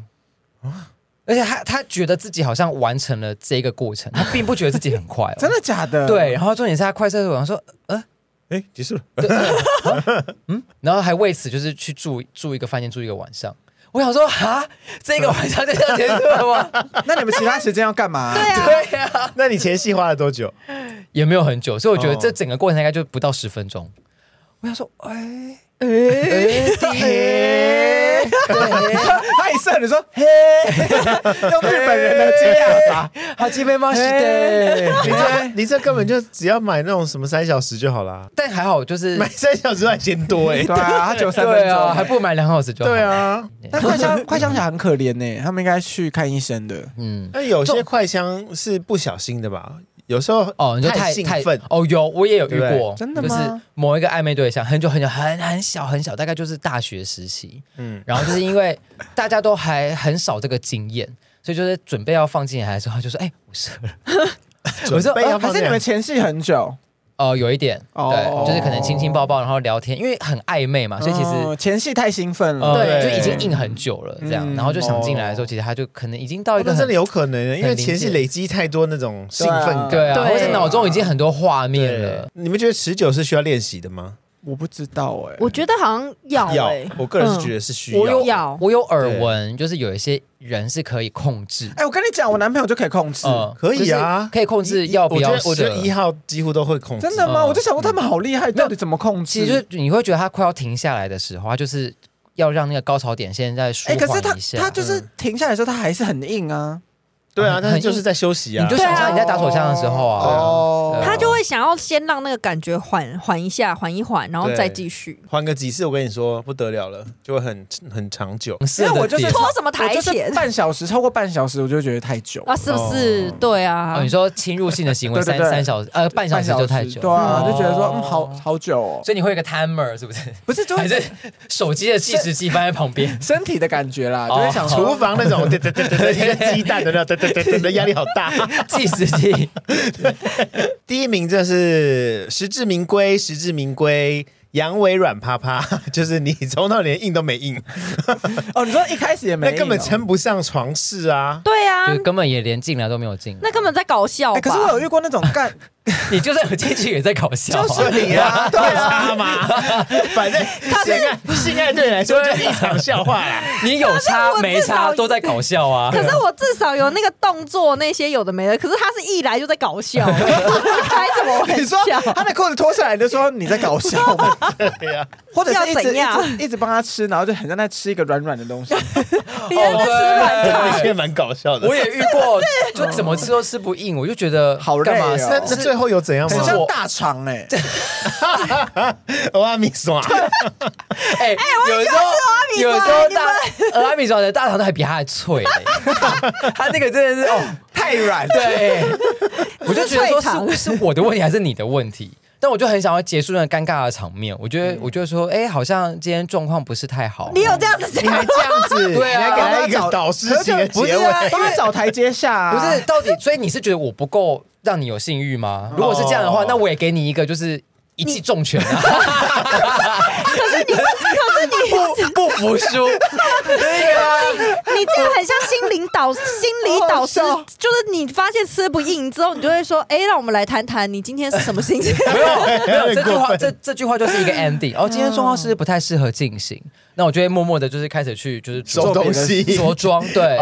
S5: 而且他他觉得自己好像完成了这个过程，他并不觉得自己很快、哦，
S4: 真的假的？
S5: 对，，然后重点是他快射的时候，我想说，
S2: 哎，结束了。
S5: 然后还为此就是去住住一个饭店住一个晚上。我想说，哈，这个晚上就这样结束了吗？
S4: 那你们其他时间要干嘛、
S3: 对啊，
S5: 对呀、
S2: 那你前戏花了多久？
S5: 也没有很久，所以我觉得
S2: 哦
S5: 这整个过程应该就不到十分钟。我想说，哎，
S4: 嘿， 他一射，你说嘿，用日本人的这样法，
S5: 好基本哦吗？是
S4: 嘿
S5: 的，
S2: 你这你这根本就只要买那种什么三小时就好啦，
S5: 但还好就是
S2: 买三小时还嫌多哎、
S4: 对 啊，他只有三分
S5: 对
S4: 钟、
S5: 啊，还不如买两个小时就好
S2: 对。啊，
S4: 但快 枪快枪侠很可怜呢、欸他们应该去看医生的。
S5: 嗯，
S2: 那有些快枪是不小心的吧？有时候
S5: 哦，你就
S2: 太
S5: 太
S2: 兴奋，
S5: 哦，有我也有遇
S2: 对不
S5: 过，
S2: 对
S4: 真的
S5: 就
S4: 吗
S5: 是某一个暧昧对象，很久很久很很小很小，大概就是大学时期，嗯
S2: 嗯，
S5: 然后就是因为大家都还很少这个经验，所以就是准备要放进来的时候，他就说：“哎、我射了。我说
S2: 准备要
S4: 呃还
S2: 放
S4: 是你
S2: 两
S4: 们前戏很久？”
S5: 哦，有一点，
S4: 哦
S5: 对，就是可能亲亲抱抱，然后聊天，因为很暧昧啊嘛，所以其实。
S4: 哦前戏太兴奋了。
S5: 呃，
S2: 对
S5: 就已经硬很久了，这样，
S4: 嗯
S5: 然后就想进来的时候，其实他就可能已经到
S2: 哦
S5: 一
S2: 那
S5: 个很
S2: 真的有可能，因为
S5: 很临界
S2: 前戏累积太多那种兴奋感。
S5: 对啊，
S3: 对
S5: 或者脑中已经很多画面
S2: 对
S5: 了，，
S2: 你们觉得持久是需要练习的吗？
S4: 我不知道哎、
S3: 我觉得好像要
S2: 要
S3: 哎，，
S2: 我个人是
S3: 嗯
S2: 觉得是需
S5: 我
S2: 要。
S5: 有
S3: 要
S5: 我有耳闻，就是有一些人是可以控制，
S4: 哎、我跟你讲，我男朋友就可以控制，
S5: 嗯
S2: 可以啊
S5: 就是可以控制要不要
S2: 我觉得我觉得
S5: 射
S2: 一号几乎都会控制，
S4: 真的吗？
S5: 嗯
S4: 我就想说他们好厉害，到底怎么控制？
S5: 其实就是你会觉得他快要停下来的时候，他就是要让那个高潮点现在舒
S4: 哎、可是他
S5: 缓一下。嗯
S4: 他就是停下来的时候，他还是很硬啊。
S2: 对啊，
S5: 很
S2: 但是就是在休息啊
S5: 你就。想象你在打手枪的时候啊，
S4: 哦
S5: 对啊
S3: 他就会想要先让那个感觉缓缓一下，缓一缓，然后再继续。
S2: 换个几次，我跟你说不得了了，就会很很长久。
S5: 射
S4: 因为
S5: 嗯的
S4: 我就是
S5: 点
S3: 拖什么台
S4: 我就是
S3: 前
S4: 半小时，超过半小时我就觉得太久。
S3: 啊？是不是？对啊
S5: 哦，你，说侵入性的行为
S4: 对对
S5: 三
S4: 对
S5: 三小时呃半小时就太久，
S4: 对啊，
S5: 哦
S4: 就觉得说嗯，好，好久哦，
S5: 所以你会有一个 timer 是不是？
S4: 不是就
S5: 还
S4: 是？
S5: 是手机的计时器放在旁 边
S4: 身体的感觉啦，就
S5: 哦
S4: 会想说
S2: 厨房那 种，对对对对对，一个鸡蛋的那种，对 对对对，压力好大。
S5: 计时 器，
S2: 第一名这是实至名归，实至名归。阳痿软趴趴， 就是你从头连硬都没硬，
S4: 哦，你说一开始也没
S2: 那
S4: 硬哦，
S2: 根本称不上床事啊！
S3: 对啊
S5: 就，根本也连进来都没有进来。
S3: 那根本在搞笑
S4: 哎，
S3: 吧？
S4: 可是我有遇过那种干，
S5: 你就算有进去也在搞笑啊，
S4: 就是
S2: 你 啊，对啊嘛，反正性爱性爱对你来说就是一场笑话啦。
S5: 你有
S3: 可是
S5: 差
S3: 我
S5: 没
S3: 至少
S5: 差都在搞笑啊。
S3: 可是我至少有那个动作，那些有的没的。可是他是一来就在搞 笑，哎开什么
S4: 你
S3: 玩
S4: 说
S3: 笑？
S4: 他的裤子脱下来，你就说你在搞笑吗，
S2: 对呀，
S4: 或者是一
S3: 要
S4: 直
S3: 怎样
S4: 一直一直帮他吃，然后就很像在吃一个软软的东西，
S3: 别人在吃软
S5: 哦对
S3: 糖，
S2: 这也蛮搞笑 的
S5: 我。也遇过，就怎么吃都吃不硬，我就觉得
S4: 好累
S5: 干嘛
S4: 哦
S5: 是
S2: 啊那 那最后有怎样
S5: 可
S4: 很
S5: 是
S2: 吗？
S4: 像大肠哎，
S2: 我要米爽，
S5: 哎、有时候
S3: 喜欢吃
S5: 有
S3: 鹅阿米
S5: 时
S3: 刷
S5: 候大俄阿米爽的大肠都还比它还脆、欸， 它那个真的是哦，
S4: 太软，
S5: 对，哎我就觉得
S3: 脆肠
S5: 说是是我的问题还是你的问题。但我就很想要结束那个尴尬的场面，我觉得，我就会说，哎、好像今天状况不是太好。啊
S3: 你有这样子
S2: 你
S3: 讲？
S2: 还这样 子，
S5: 对啊
S2: 你还给他一个导师型的
S4: 不是
S2: 结
S4: 啊
S2: 尾，
S4: 帮他找台阶下啊，
S5: 不是到底，所以你是觉得我不够让你有性欲吗？如果是这样的话，
S2: 哦
S5: 那我也给你一个就是一记重拳啊！可是你，可是你不不服输，对啊，
S3: 你这个很像心灵导 心理导师
S4: 好好笑，
S3: 哦就是你发现吃不硬之后，你就会说：“哎，让我们来谈谈你今天是什么心 情。
S5: 没有， 没有
S2: 有点
S5: 这句
S2: 过
S5: 话，
S2: 分
S5: 这这句话就是一个 ending。哦，今天状况是不太适合进行，那我就会默默的，就是开始去就是着
S2: 收东西，
S5: 着装，对，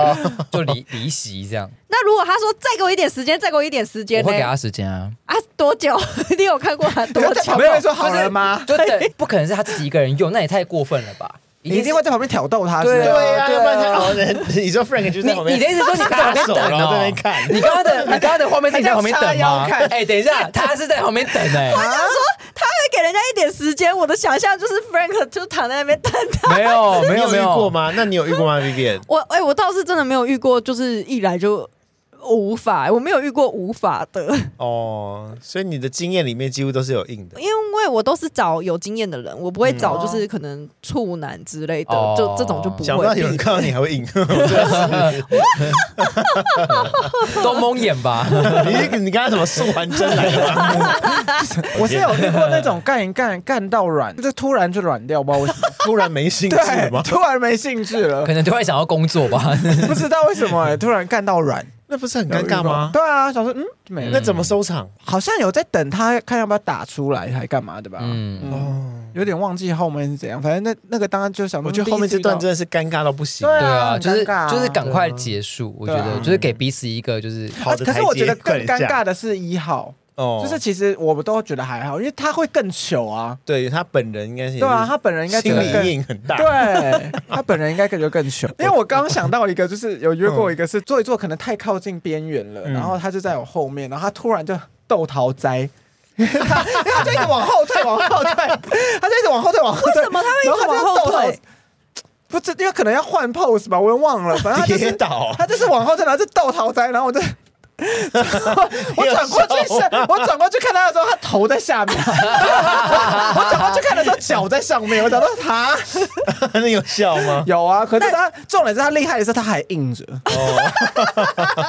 S5: 就离离席这样。”
S3: 那如果他说：“再给我一点时间，再给我一点时间呢
S5: 我会给？”他时间啊，
S3: 啊，多久？ 你有看过他多
S4: 不要
S3: 久
S4: 再？旁边说好了吗？
S5: 就等，不可能是他自己一个人用，那也太过分了吧？
S4: 你一定会在旁边挑逗他，
S5: 对
S4: 是不是
S2: 对呀、
S5: 对啊
S2: 要不然他哦，人你说 Frank 就在旁
S5: 你
S2: 边，
S5: 你的意思说你在旁
S2: 大
S5: 边
S2: 手，
S5: 等
S2: 然后在那
S5: 哦
S2: 边？看，
S5: 你刚刚的你刚刚的画面是你在旁边等吗
S4: 他在叉腰看？
S5: 哎，等一下，他是在旁边等哎，
S3: 他会给人家一点时间。我的想象就是 Frank 就躺在那边等他。
S5: 没有没
S2: 你
S5: 有没
S2: 遇
S5: 有
S2: 过？吗？那你有遇过吗，Vivian？
S3: 我哎、我倒是真的没有遇过，就是一来就无法，我没有遇过无法的，
S2: 哦，所以你的经验里面几乎都是有硬的。
S3: 因为我都是找有经验的人，我不会找
S4: 嗯
S3: 就是可能处男之类的，
S5: 哦
S3: 就这种就不
S2: 想不到
S3: 会
S2: 有人
S3: 避。
S2: 看到你还会硬，
S5: 都蒙眼吧？
S2: 你你刚刚怎么送完针来的吗？
S4: 我是有遇过那种干一干干到软，就突然就软掉，不知道为什么。
S2: 突然没兴致了
S4: 对，
S2: 吗？
S4: 突然没兴致了
S5: 可，能突然想要工作吧？
S4: 不知道为什么、欸、突然干到软，
S2: 那不是很尴尬吗？
S4: 对啊，想说嗯没了，
S2: 那怎么收场？
S4: 好像有在等他看要不要打出来，还干嘛的吧？
S5: 嗯
S4: 嗯，
S2: 哦，
S4: 有点忘记后面是怎样，反正那那个当然就想，
S2: 我觉得后面这段真的是尴尬到不行。
S4: 对
S5: 对啊，
S4: 很
S5: 就是
S4: 尴尬啊
S5: 就是赶快结束，我觉
S4: 对
S5: 得
S4: 啊
S5: 就是给彼此一个就是
S2: 好
S4: 而
S2: 的
S4: 啊可是我觉得更
S2: 台
S4: 尴
S2: 阶快
S4: 尬
S2: 点
S4: 的是一号，
S2: 哦
S4: 就是其实我们都觉得还好，因为他会更糗啊，
S2: 对他本人应该是
S4: 对啊，他本人应该觉
S2: 心
S4: 得
S2: 理
S4: 更
S2: 阴影很大。
S4: 对他本人应该感觉更 糗，因为我刚刚想到一个，就是有约过一个是坐一坐，可能太靠近边缘了，
S2: 嗯
S4: 然后他就在我后面，然后他突然就豆 桃栽。他他就一直往后退，往后退，他就一直往后退，往后退。
S3: 为什么他会一直
S4: 然就
S3: 往后
S4: 豆桃
S3: 退？
S4: 不是，因为可能要换 pose 吧，我也忘了。反正他 就
S2: 跌
S4: 是
S2: 倒，
S4: 他就是往后退，然后就豆桃栽，然后我就 我转过去是，我转过去看他的时候，他头在下面； 我转过去看的时候，脚在上面。我找到他。
S2: 那有笑吗？
S4: 有啊，可是他重点是他厉害的是他还硬着，
S2: 哦，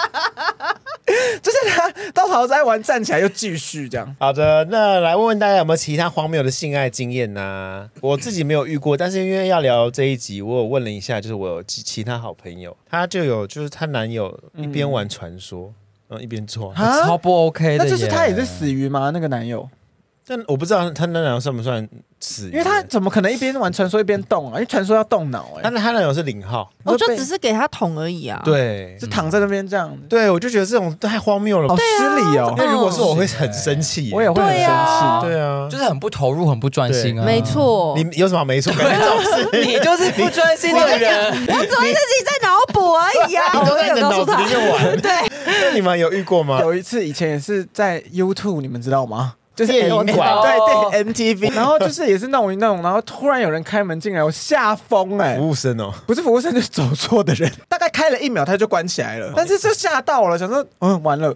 S4: 就是他到桃斋玩站起来又继续这样。
S2: 好的，那来问问大家有没有其他荒谬的性爱经验呢、我自己没有遇过，但是因为要聊这一集，我有问了一下，就是我有其其他好朋友，她就有就是她男友一边玩传说，然后一边做，
S4: 啊
S5: 超不 OK
S4: 那
S5: 的耶，
S4: 就是他也是死鱼吗？那个男友，
S2: 但我不知道她男友算不算死，
S4: 因为他怎么可能一边玩传说一边动啊？因为传说要动脑哎、
S2: 她她男友是零号，
S3: 我就
S4: 被
S3: 只是给他捅而已啊。，
S2: 对
S4: 就躺在那边这样，
S2: 对，我就觉得这种太荒谬了吧
S4: 好，失礼哦
S2: 因。为如果是我会很生气耶，
S4: 我也会很
S3: 对
S4: 生
S3: 啊
S4: 气，
S2: 对啊，
S5: 就是很不投入，很不专心啊，
S3: 没。错。
S2: 你有什么好没错？感觉这种事
S5: 你就是不专心的人，
S3: 我只会自己在脑补而已啊，
S2: 你
S3: 我
S2: 都
S3: 没
S2: 在你
S3: 有
S2: 的
S3: 告
S2: 脑
S3: 诉
S2: 子
S3: 他
S2: 里。 面玩，
S3: 对，
S2: 那你们有遇过吗？
S4: 有一次以前也是在 YouTube，你们知道吗？就是
S2: 电影
S4: MTV
S2: 馆
S5: 哦
S4: 对对 MTV，然后就是也是弄一弄，然后突然有人开门进来，我吓疯哎！
S2: 服务生哦，
S4: 不是服务生，就是走错的人。 大概开了一秒，他就关起来了，但是就吓到了，想说嗯完了，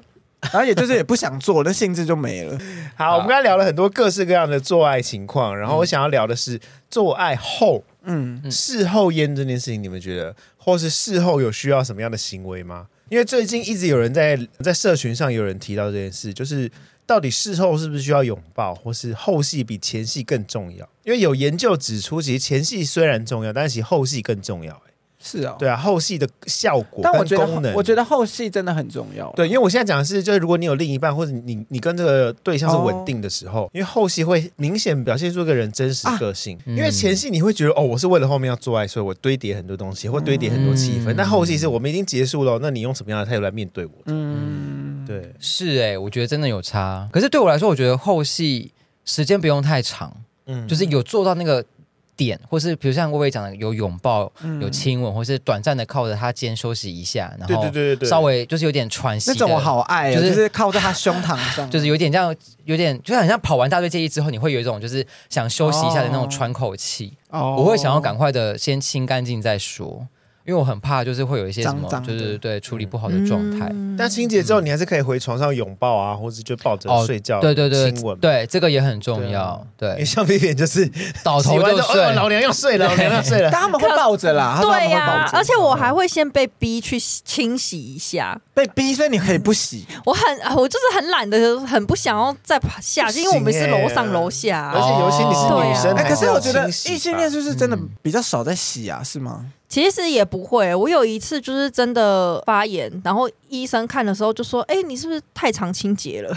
S4: 然后也就是也不想做，那兴致就没了。
S2: 好，我们刚才聊了很多各式各样的做爱情况，然后我想要聊的是做爱后
S4: 嗯，
S2: 事后烟这件事情，你们觉得，或是事后有需要什么样的行为吗？因为最近一直有人在在社群上有人提到这件事，就是到底事后是不是需要拥抱，或是后戏比前戏更重要？因为有研究指出，其实前戏虽然重要，但是其实后戏更重要、欸。
S4: 是哦，
S2: 对啊，后戏的效果
S4: 但我觉
S2: 跟功
S4: 得
S2: 能，
S4: 我觉得后戏真的很重要。
S2: 对，因为我现在讲的是，就是如果你有另一半，或者你你跟这个对
S4: 哦
S2: 象是稳定的时候，因为后戏会明显表现出一个人真
S4: 啊
S2: 实个性。
S5: 嗯
S2: 因为前戏你会觉得哦，我是为了后面要做爱，所以我堆叠很多东西，或堆叠很多气氛。
S5: 嗯
S2: 但后戏是我们已经结束了，那你用什么样的态度来面对我？
S4: 嗯，
S2: 对，
S5: 是哎、我觉得真的有差。可是对我来说，我觉得后戏时间不用太长，
S2: 嗯，
S5: 就是有做到那个点，或是比如像薇薇讲的，有拥抱、
S4: 嗯
S5: 有亲吻，或是短暂的靠着他肩休息一下，然
S2: 对
S5: 后
S2: 对对对对，
S5: 稍微就是有点喘息
S4: 那
S5: 的，
S4: 种我好爱哦，
S5: 就
S4: 就是是靠在他胸膛上，
S5: 就是有点这样，有点就很像跑完大队接力之后，你会有一种就是想休息一下的那
S4: 哦
S5: 种喘口气。
S4: 哦
S5: 我会想要赶快的先清干净再说，因为我很怕就是会有一些什么，
S4: 脏脏的
S5: 就是对处理不好的状态。
S3: 嗯
S2: 但清洁之后，你还是可以回床上拥抱啊，或者就抱着
S5: 哦
S2: 睡觉，
S5: 对对对
S2: 亲吻。
S5: 对，这个也很重
S2: 对啊
S5: 要。
S2: 因为
S5: 对，
S2: 像 v i 就是
S5: 倒
S2: 洗
S5: 头
S2: 完
S5: 就
S2: 之后哦
S5: 睡，
S2: 老娘要睡了，老娘要睡了
S4: 但。他们会抱着啦，他说他们
S3: 对
S4: 会
S3: 呀、
S4: 抱着，
S3: 而且我还会先被逼去洗清洗一下。
S4: 被逼，所以你可以不洗。
S3: 我很，我就是很懒得，很不想要再爬下去，因为我们是楼上楼下、啊
S2: 而且尤其你
S5: 哦
S2: 是女生，
S4: 哎，
S2: 还
S4: 可是
S2: 要
S4: 我觉得
S2: 清洗
S4: 异性
S2: 吧
S4: 恋是不是真的比较少在洗啊？是吗？
S3: 其实也不会，我有一次就是真的发炎，然后医生看的时候就说：“哎、你是不是太常清洁了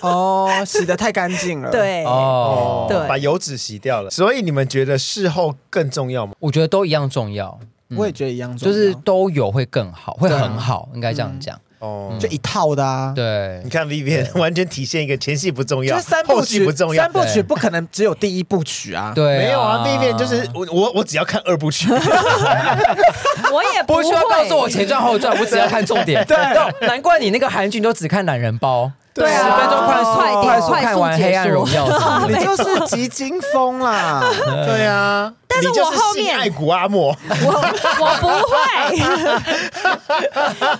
S4: 哦，洗的太干
S2: 嗯
S4: 净 了。。
S3: 对，
S5: 哦，
S3: 对
S2: 把油脂洗掉了。所以你们觉得事后更重要吗？
S5: 我觉得都一样重要，
S4: 我也觉得一样重
S5: 就
S4: 要，
S5: 是都有会更好，会
S4: 对啊
S5: 很好，应该这样讲。
S2: 哦，
S4: 就一套的啊。
S5: 对
S2: 你，看 Vivian 完全体现一个前戏不重
S4: 就
S2: 要，
S4: 是三部
S2: 后
S4: 曲
S2: 戏不重要
S4: 三。部曲不可能只有第一部曲啊。
S5: 对，
S2: 没有啊，Vivian 就是我我我只要看二部 曲，
S3: 我也
S5: 不
S3: 会
S5: 需要告诉我前传后传，我只要看重点。对，难怪你那个韩剧你都只看懒人包，
S2: 对啊
S5: 十分钟快速
S3: 快点
S5: 快速
S3: 快速
S5: 看完《
S3: 结束
S5: 黑暗荣耀》之类
S4: 你
S5: 的。
S4: 就是集金风 啦，
S2: 对啊。
S3: 但是
S2: 你就
S3: 我后
S2: 性
S3: 面
S2: 爱古阿 莫，
S3: 我我不会，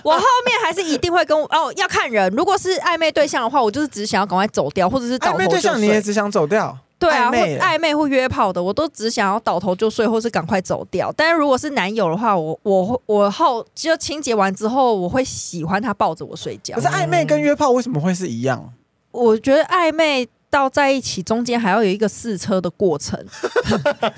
S3: 我后面还是一定会跟我哦，要看人。如果是暧昧对象的话，我就是只想要赶快走掉，或者是倒
S4: 暧
S3: 头
S4: 昧
S3: 就
S4: 对象你
S3: 睡
S4: 也。只想走掉，
S3: 对啊，
S4: 暧
S3: 或
S4: 昧
S3: 暧昧或约炮的，我都只想要倒头就睡，或是赶快走掉。但是如果是男友的话，我我会我后就清洁完之后，我会喜欢他抱着我睡觉
S4: 可。是暧昧跟约炮为什么会是一样？
S3: 我觉得暧昧到在一起中间还要有一个试车的过 程，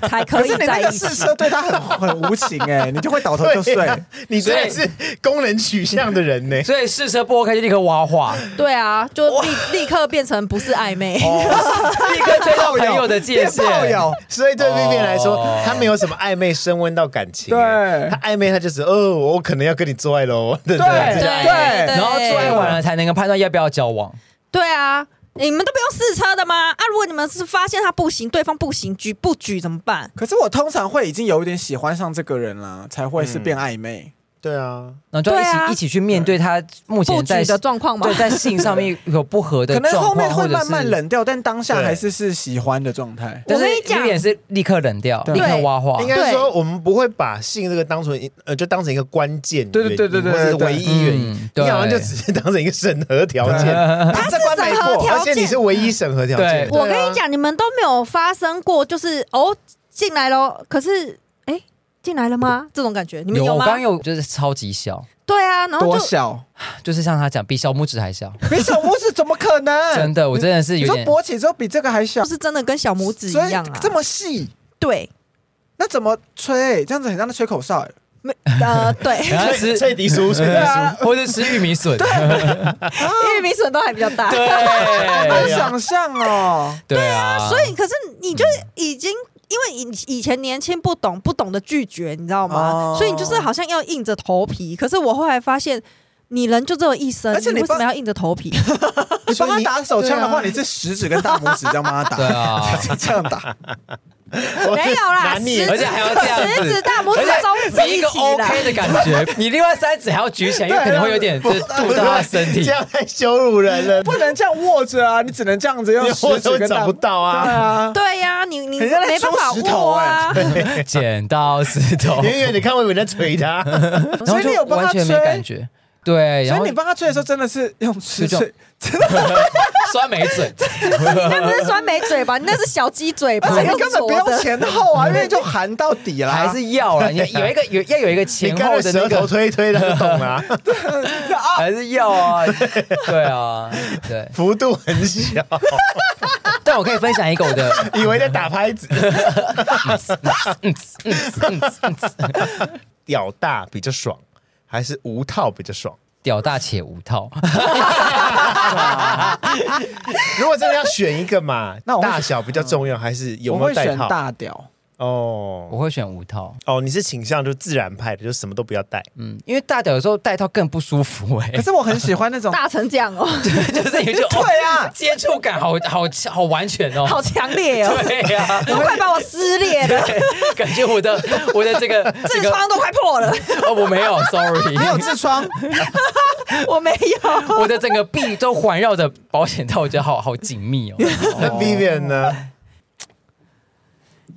S3: 才可以
S4: 是你
S3: 在
S4: 那个
S3: 一
S4: 试
S3: 起。
S4: 车对他很很无情哎、你就会倒头就睡。
S2: 对啊你真的
S5: 所
S2: 是功能取向的人呢。
S5: 所以试车不 OK 就立刻挖话，
S3: 对啊，就立立刻变成不是暧昧。
S5: 哦立刻推到朋友的界限。
S4: 炮友，
S2: 所以对
S5: 哦
S2: Vivian 来说，他没有什么暧昧升温到感情，
S4: 对
S2: 哎他暧昧他就是哦，我可能要跟你做爱喽，对
S4: 对对
S5: 然后做爱完了才能够判断要不要交往。
S3: 对啊，你们都不用试车的吗？啊，如果你们是发现他不行，对方不行，举不举怎么办？
S4: 可是我通常会已经有一点喜欢上这个人啦，才会是变暧昧。
S2: 对啊，
S5: 然后就要一起、
S3: 对啊
S5: 一起去面对他目
S3: 不
S5: 前在
S3: 举的状况吗
S5: 对？在性上面有不合的
S4: 可能
S5: 状
S4: 后
S5: 况，
S4: 面会
S5: 或者
S4: 慢
S5: 是
S4: 慢。冷掉，但当下
S2: 对
S4: 还是是喜欢的状态。
S5: 但是
S3: 我跟你讲
S5: 有点是立刻冷掉，
S4: 对
S5: 立刻挖话
S2: 应。该说我们不会把性这个当成一呃，就当成一个关键
S4: 对对对对对
S2: 原因或者
S4: 对
S2: 是唯一原因，
S5: 嗯对
S2: 你好像就只是当成一个审核条件，
S3: 他是
S2: 这关没
S3: 审核
S2: 过，
S3: 条
S2: 而且你
S3: 件
S2: 是。唯一审核条件
S5: 对。
S2: 对啊
S3: 我跟你，讲，你们都没有发生过，就是哦进来喽，可是哎进来了吗？这种感觉你们
S5: 有，我
S3: 吗
S5: 刚？刚有就是超级小，
S3: 对啊，然后
S4: 多
S3: 就
S4: 小？拇
S5: 就是像他讲，比小拇指还小。
S4: 比小拇指怎么可能？
S5: 真的，我真的是
S4: 你
S5: 有
S4: 说
S5: 点
S4: 勃起之后比这个还小
S3: 就，是真的跟小拇指
S4: 所
S3: 一
S4: 以
S3: 样啊
S4: 这。么细，
S3: 对，
S4: 那怎么吹？这样子很像在吹口哨、欸。
S3: 没呃对，
S5: 然后
S2: 脆
S5: 吃
S2: 脆迪酥，脆迪
S4: 啊
S2: 酥，
S5: 或者吃玉米笋，
S3: 玉米笋都还比较大。
S4: 好
S5: 对
S4: 想象 哦，
S5: 对啊，
S3: 所以，可是你就是已经。因为以以前年轻不懂，不懂得拒绝，你知道吗？
S4: 哦
S3: 所以你就是好像要硬着头皮。可是我后来发现，你人就只有一生，
S4: 而且你
S3: 你为
S4: 帮
S3: 什么要硬着头皮？
S4: 你帮他打手枪的
S2: 对
S4: 话，
S2: 啊
S4: 你是食指跟大拇指这样帮他打，
S5: 对啊，
S4: 这样打。
S2: 我
S3: 没有啦，
S2: 拿
S3: 食
S2: 你
S3: 指
S5: 而且还要这样子
S3: 食指、大拇
S5: 而
S3: 指、
S5: 且
S3: 中指
S5: 比一
S3: 一
S5: 个
S3: 起
S5: OK
S3: 的。
S5: 的感觉，你另外三指还要举起来，因为可能会有点就是
S2: 不
S5: 堵到他的身体
S2: 这。样太羞辱人了，
S4: 不能这样握着啊，你只能这样子用
S2: 你
S4: 食
S2: 我
S4: 指
S2: 都
S4: 跟大
S2: 找不到
S4: 对
S2: 啊。
S4: 啊，
S3: 对呀、你你
S4: 人家在
S3: 没办法
S4: 戳石头
S3: 握啊。
S5: 剪刀石头，
S2: 远远的看，我以为你在捶 他。
S5: 然后
S4: 所以你
S5: 就
S4: 有帮他
S5: 完全没
S4: 吹
S5: 感觉。 对，然
S4: 所
S5: 后
S4: 以你帮他吹的时候真的是用吃
S5: 就这
S4: 吹
S5: 样，酸梅嘴，
S3: 你那不是酸梅嘴吧？你那是小鸡嘴吧？
S4: 而且你根本不
S3: 用
S4: 用
S3: 啄的。
S4: 前后啊，因为就含到底啦，
S5: 还是要了，你有一个有要有一个
S2: 你
S5: 前
S2: 看
S5: 后
S2: 我
S5: 的
S2: 舌
S5: 那
S2: 头
S5: 个，
S2: 推一推，他就懂了啊，
S5: 还是要啊，对啊，对。
S2: 幅度很小，
S5: 但我可以分享一个我的
S2: 以为在打拍子。屌大比较爽，还是无套比较爽？
S5: 屌大且无套，
S2: 如果真的要选一个嘛，
S4: 那我会
S2: 大小比较重要，还是有
S4: 我
S2: 没
S4: 会
S2: 有带
S4: 选
S2: 套？
S4: 大屌，
S5: 我
S2: 哦
S5: 会选无套。
S2: 哦，你是倾向就自然派的，就什么都不要带。
S5: 嗯，因为大屌有时候戴套更不舒服 哎、
S4: 可是我很喜欢那 种，
S3: 大成这样哦，
S5: 就是你就
S4: 对啊
S5: 接触感好好好完全哦，
S3: 好强烈哦，
S5: 对呀、
S3: 都快把我撕裂了，
S5: 感觉我的我的这个这
S3: 痔
S5: 个
S3: 疮都快破了。
S5: 哦我没有，sorry，
S4: 你有 痔疮，
S3: 我没有。
S5: 我的整个臂都环绕着保险套，我觉得好好紧密哦。
S2: 那 Vivian 呢？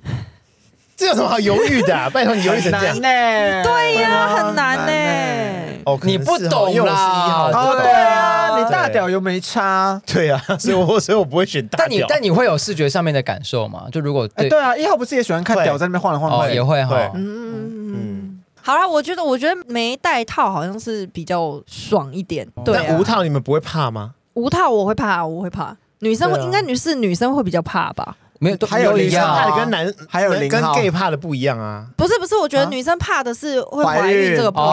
S2: 这有什么好犹豫 的啊？拜托你犹豫成这样啊
S4: 很。难呢，
S3: 对呀、很难呢、
S4: 欸
S2: 哦，可能
S5: 你不
S2: 是哦
S5: 懂
S2: 因为我是一
S5: 啦
S2: 号，我
S4: 哦
S2: 不
S4: 对
S2: 懂。
S4: 啊，你大
S2: 对
S4: 屌又没差，
S2: 对啊， 所以我所以我不会选大
S5: 但你
S2: 屌。
S5: 但你会有视觉上面的感受吗？就如果
S4: 哎，
S5: 对
S4: 对啊，啊一号不是也喜欢看
S2: 会
S4: 屌在那边晃来晃
S5: 哦
S4: 去
S5: 也，会哈
S2: 对，
S3: 嗯，好啦，我觉得我觉得没戴套好像是比较爽一点。对、啊，
S2: 但无套你们不会怕吗？
S3: 无套我会怕，我会怕。女生会、
S2: 对啊
S3: 应该女是女生会比较怕吧？
S5: 没有都
S4: 还有
S5: 一
S4: 女生
S2: 怕
S5: 样
S2: 的跟男
S4: 还有零
S2: 跟
S4: 号
S2: gay 怕的不一样啊。
S3: 不是不是，我觉得
S4: 啊
S3: 女生怕的是会
S4: 怀
S3: 怀孕
S4: 孕
S3: 这个部分。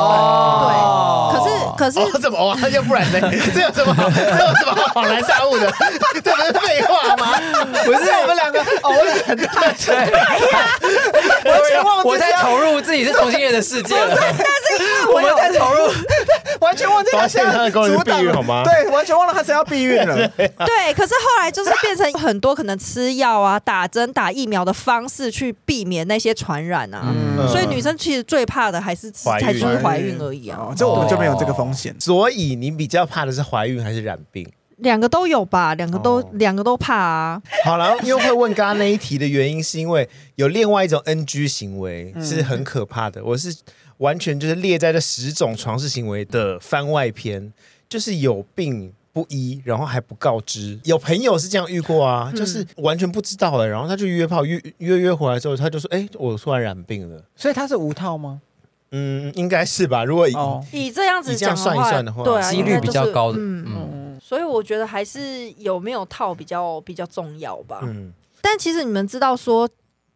S5: 哦
S3: 对，可是 可是、
S2: 哦，怎么哦？要不然呢？这有什么好？这有什么好恍然大悟的？ 这不是废话吗？
S4: 不是我们两个偶然大成，
S5: 对
S4: 完全忘记
S5: 啊我在
S4: 要
S5: 投入自己是同性恋的世界了。
S3: 但是因为
S4: 我们 在投入，完全忘记他现
S2: 发现他
S4: 在
S2: 的功能是
S4: 阻挡
S2: 避孕好吗
S4: 对，完全忘了他是要避孕 了。
S3: 对，可是后来就是变成很多可能吃药啊、打针、打疫苗的方式去避免那些传染啊。
S2: 嗯
S3: 所以女生其实最怕的还是
S2: 怀孕
S3: 还是怀孕而已啊
S4: 哦，这我们就没有这个风险。
S2: 所以你比较怕的是怀孕还是染病？
S3: 两个都有吧，两个都
S2: 哦
S3: 两个都怕啊。
S2: 好了，因为会问刚刚那一题的原因，是因为有另外一种 NG 行为
S3: 嗯
S2: 是很可怕的，我是完全就是列在这十种床事行为的番外篇，就是有病。不医，然后还不告知。有朋友是这样遇过
S3: 嗯
S2: 啊，就是完全不知道的，然后他就约炮，约约约回来之后，他就说：“哎、我突然染病了。
S4: 所以他是无套吗？”
S2: 嗯，应该是吧？如果以、
S4: 哦，
S3: 以这样子
S2: 以这样
S3: 讲的
S2: 算一算的话
S3: 对啊，
S5: 几率比较高的，
S3: 应该就是嗯
S5: 嗯，
S3: 所以我觉得还是有没有套比较比较重要吧。
S2: 嗯，
S3: 但其实你们知道说，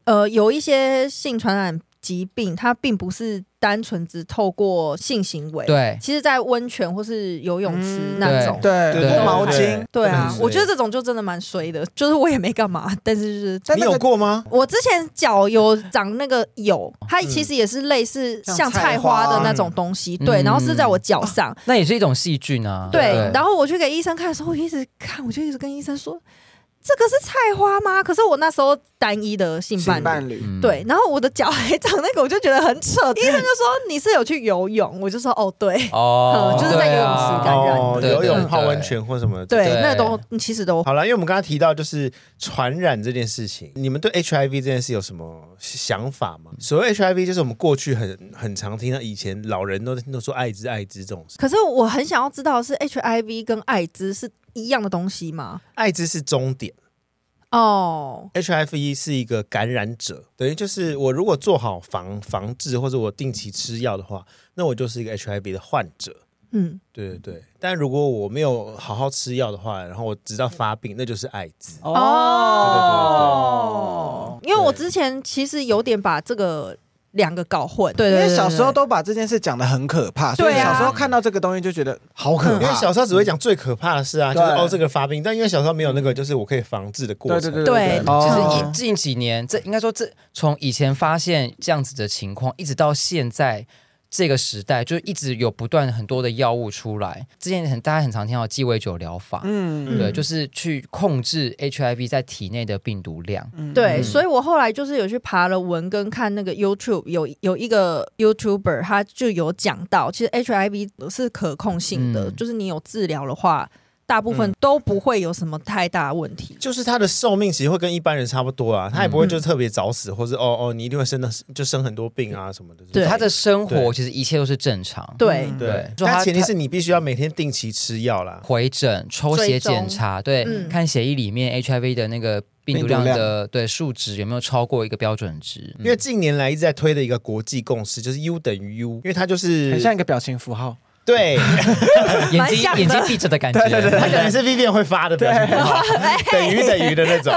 S3: 呃，有一些性传染疾病，它并不是单纯只透过性行为。，
S5: 对，
S3: 其实，在温泉或是游泳池
S4: 嗯
S3: 那种。
S4: 对，
S5: 对
S4: 不毛巾
S2: 对，
S3: 对啊
S2: 很，
S3: 我觉得
S2: 衰
S3: 这种就真的蛮衰的，就是我也没干嘛，但是就是
S4: 但
S2: 你
S4: 那
S2: 有
S4: 个
S2: 过吗？
S3: 我之前脚有长那个疣，它其实也是类似
S4: 像
S3: 像
S4: 菜
S3: 菜花
S4: 花
S3: 的那种东西，对，
S5: 嗯
S3: 然后是在我脚上，
S5: 那也是一种细菌啊。
S3: 对，
S5: 对，
S3: 然后我去给医生看的时候，我一直看，我就一直跟医生说，这个是菜花吗？可是我那时候单一的性伴
S4: 性
S3: 侣。
S4: 伴侣，
S5: 嗯
S3: 对，，然后我的脚还长那个，我就觉得很 扯。医生就说你是有去游泳，我就说哦对，
S5: 哦
S3: 嗯，就是在游泳池感染
S2: 哦，
S5: 对
S2: 游
S5: 对
S2: 泳、泡
S5: 对
S2: 温泉或什么的
S3: 对，
S5: 对
S3: 那都嗯其实都
S2: 好了，因为我们刚刚提到就是传染这件事情，你们对 HIV 这件事有什么想法吗？所谓 HIV 就是我们过去很很常听到，以前老人都都说艾滋艾滋这种事，
S3: 可是我很想要知道的是 HIV 跟艾滋是一样的东西吗？
S2: 艾滋是终点
S3: 哦，
S2: ，HIV 是一个感染者，等于就是我如果做好防防治或者我定期吃药的话，那我就是一个 HIV 的患者。
S3: 嗯，
S2: 对对对，但如果我没有好好吃药的话，然后我直到发病，那就是艾滋。
S3: 哦，因为我
S2: 对
S3: 之前其实有点把这个两个搞混，对
S4: 因
S3: 对对
S4: 为小时候
S3: 对
S4: 都把这件事讲的很可怕，所以
S3: 对啊
S4: 小时候看到这个东西就觉得好可
S2: 因为
S4: 怕。
S2: 小时候只会讲最可怕的事啊，就是
S4: 对
S2: 哦这个发病，但因为小时候没有那个就是我可以防治的过
S4: 对
S2: 程。
S4: 对对
S3: 对
S5: 其实
S4: 哦
S5: 一近几年，这应该说这从以前发现这样子的情况，一直到现在这个时代，就一直有不断很多的药物出来。之前很大家很常听到鸡尾酒疗法，
S4: 嗯
S5: 对，
S3: 嗯
S5: 就是去控制 HIV 在体内的病毒量。
S4: 嗯
S3: 对，
S5: 嗯
S3: 所以我后来就是有去爬了文跟看那个 YouTube，有有一个 YouTuber 他就有讲到，其实 HIV 是可控性的，
S5: 嗯
S3: 就是你有治疗的话，大部分都不会有什么太大问题。
S5: 嗯
S2: 就是他的寿命其实会跟一般人差不多啊，他也不会就是特别早死，或是哦哦你一定会生的就生很多病啊什么的。
S3: 对
S5: 他的生活
S2: 对
S5: 其实一切都是正常，
S3: 对，
S4: 嗯
S2: 对
S5: 对，
S2: 但
S5: 他
S2: 前提是你必须要每天定期吃药啦。
S5: 回诊、抽血检查，对，
S3: 嗯
S5: 看血液里面 HIV 的那个病毒量
S4: 病毒
S5: 的对数值有没有超过一个标准值，嗯
S2: 因为近年来一直在推的一个国际共识就是 U 等于 U，因为它就是
S4: 很像一个表情符号，
S2: 对，
S5: 眼
S3: 蛮
S5: 睛
S3: 像的
S5: 眼睛闭着的感觉，
S4: 对对对
S2: 它可能是 Vivian 会发的表情符 号，等于等于的那种。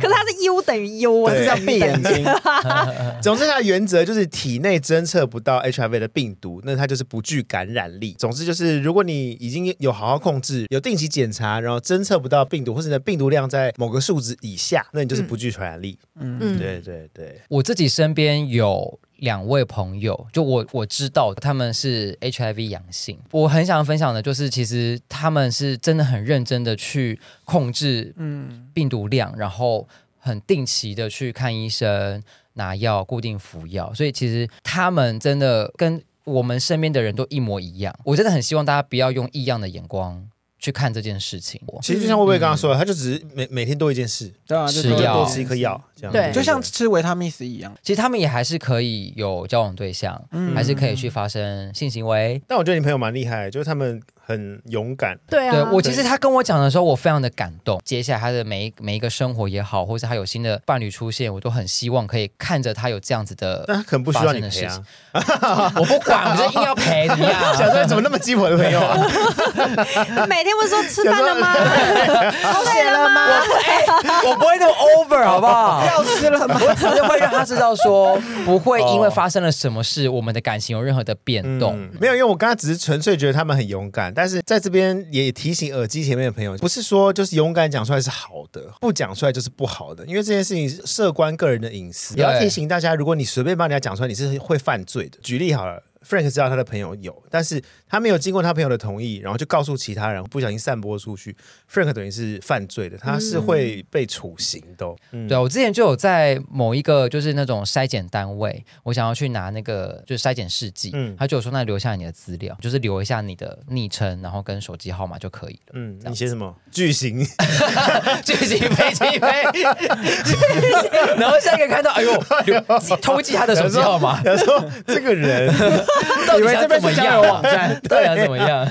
S3: 可是他是 U 等于 U，我
S4: 就是是
S3: 这
S4: 要
S3: 样
S4: 闭眼睛。
S2: 总之，它的原则就是体内侦测不到 HIV 的病毒，那它就是不具感染力。总之就是，如果你已经有好好控制，有定期检查，然后侦测不到病毒，或者你的病毒量在某个数值以下，那你就是不具传染力。
S3: 嗯，
S2: 对对对，
S5: 我自己身边有两位朋友，就我我知道他们是 HIV 阳性。我很想分享的就是，其实他们是真的很认真的去控制
S4: 嗯，
S5: 病毒量，然后很定期的去看医生、拿药、固定服药，所以其实他们真的跟我们身边的人都一模一样。我真的很希望大家不要用异样的眼光去看这件事情。
S2: 其实就像薇薇刚刚说的，它就只是每每天多一件事，
S4: 对啊，
S5: 吃
S4: 就多
S5: 药
S2: 多吃一颗药，这样
S3: 对
S4: 就像吃维他命 C 一样，
S5: 其实他们也还是可以有交往对象，
S4: 嗯
S5: 还是可以去发生性行为，
S2: 但我觉得你朋友蛮厉害，就是他们很勇敢。
S3: 对
S5: 对
S3: 啊，
S5: 我其实他跟我讲的时候，我非常的感动。接下来他的每一每一个生活也好，或是他有新的伴侣出现，我都很希望可以看着他有这样子的。
S2: 但他可能不需要你陪
S5: 发生的事
S2: 啊
S5: 情！我不管，我就硬要陪，啊怎么
S2: 想
S5: 样？
S2: 说怎么那么鸡婆的朋友啊？
S3: 每天不是说吃饭了吗？
S4: 抽血了吗？
S5: 我不会那么 over，好不好？
S4: 药吃了吗？
S5: 我只是会让他知道说，不会因为发生了什么事，我们的感情有任何的变动
S2: 哦嗯。没有，因为我刚刚只是纯粹觉得他们很勇敢，但是在这边也提醒耳机前面的朋友，不是说就是勇敢讲出来是好的，不讲出来就是不好的，因为这件事情是事关个人的隐私。也
S5: 对
S2: 要提醒大家，如果你随便帮人家讲出来，你是会犯罪的。举例好了。 Frank 知道他的朋友有，但是他没有经过他朋友的同意，然后就告诉其他人，不小心散播出去，Frank 等于是犯罪的，他是会被处刑的哦、嗯
S5: 对啊，我之前就有在某一个就是那种筛检单位，我想要去拿那个就是筛检试剂，
S2: 嗯
S5: 他就有说那留下你的资料，就是留一下你的昵称，然后跟手机号码就可以了。
S2: 嗯，你写什么巨型？
S5: 聚集飞机飞， 然后下一个看到，哎呦，留 偷记他的手机号码，
S2: 他说这个人
S5: 到
S4: 以
S5: 底
S4: 为
S5: 想
S4: 这
S5: 怎
S4: 边
S5: 么
S4: 是
S5: 样
S4: 交友网站，
S5: 对啊，怎么样？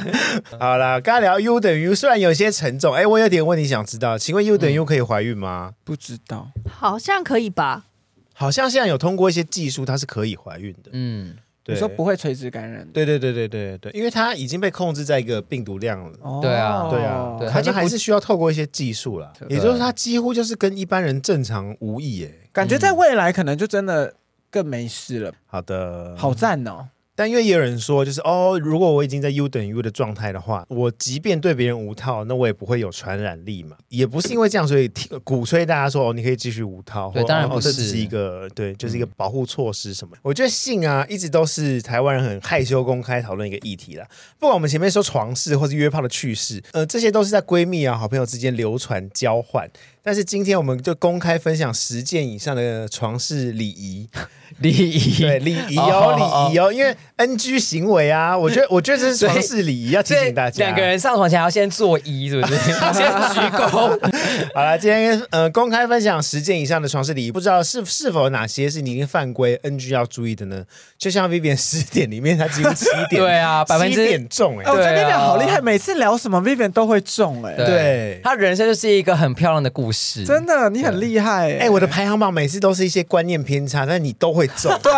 S2: 好啦，刚才聊 U 等于 U，虽然有些沉重，哎，我有点问题想知道，请问 U 等于
S4: 嗯
S2: U 可以怀孕吗？
S4: 不知道。
S3: 好像可以吧？
S2: 好像现在有通过一些技术，它是可以怀孕的。
S5: 嗯，
S2: 对，
S4: 你说不会垂直感染？
S2: 对对对对对对，因为它已经被控制在一个病毒量了。
S4: 哦，
S5: 对啊
S2: 对啊，
S5: 对
S2: 可
S5: 它
S2: 能
S5: 就不
S2: 还是需要透过一些技术啦，
S4: 对
S2: 也就是它几乎就是跟一般人正常无异耶。
S4: 感觉在未来可能就真的更没事了。
S2: 好的，
S4: 好赞哦！
S2: 但因为也有人说，就是哦，如果我已经在 U 等于 U 的状态的话，我即便对别人无套，那我也不会有传染力嘛。也不是因为这样，所以提鼓吹大家说哦，你可以继续无套，
S5: 对
S2: 或
S5: 当然
S2: 哦
S5: 不
S2: 这只
S5: 是嗯
S2: 是一个对，就是一个保护措施什么。我觉得性啊，一直都是台湾人很害羞公开讨论一个议题啦。不管我们前面说床事或是约炮的趣事，呃，这些都是在闺蜜啊、好朋友之间流传交换。但是今天我们就公开分享十件以上的床事礼仪，
S5: 礼仪
S2: 对礼仪
S5: 哦哦
S2: 哦，礼仪哦，因为 NG 行为 啊，我觉得我觉得这是床事礼仪，要提
S5: 所以
S2: 醒大家。
S5: 两个人上床前要先做揖，是不是？ 先鞠躬。
S2: 好了，今天呃公开分享十件以上的床事礼仪，不知道是是否有哪些是你已经犯规 NG 要注意的呢？就像 Vivian 十点里面，他几 乎七点，
S5: 对啊，百分
S2: 七
S5: 之
S2: 点中哎、
S4: 哎，我觉得
S5: 对啊
S4: Vivian 好厉害，每次聊什么 Vivian 都会中哎，
S2: 对
S5: 他人生就是一个很漂亮的故事，
S4: 真的你很厉害
S2: 哎、我的排行榜每次都是一些观念偏差，但你都会 中。
S4: 对，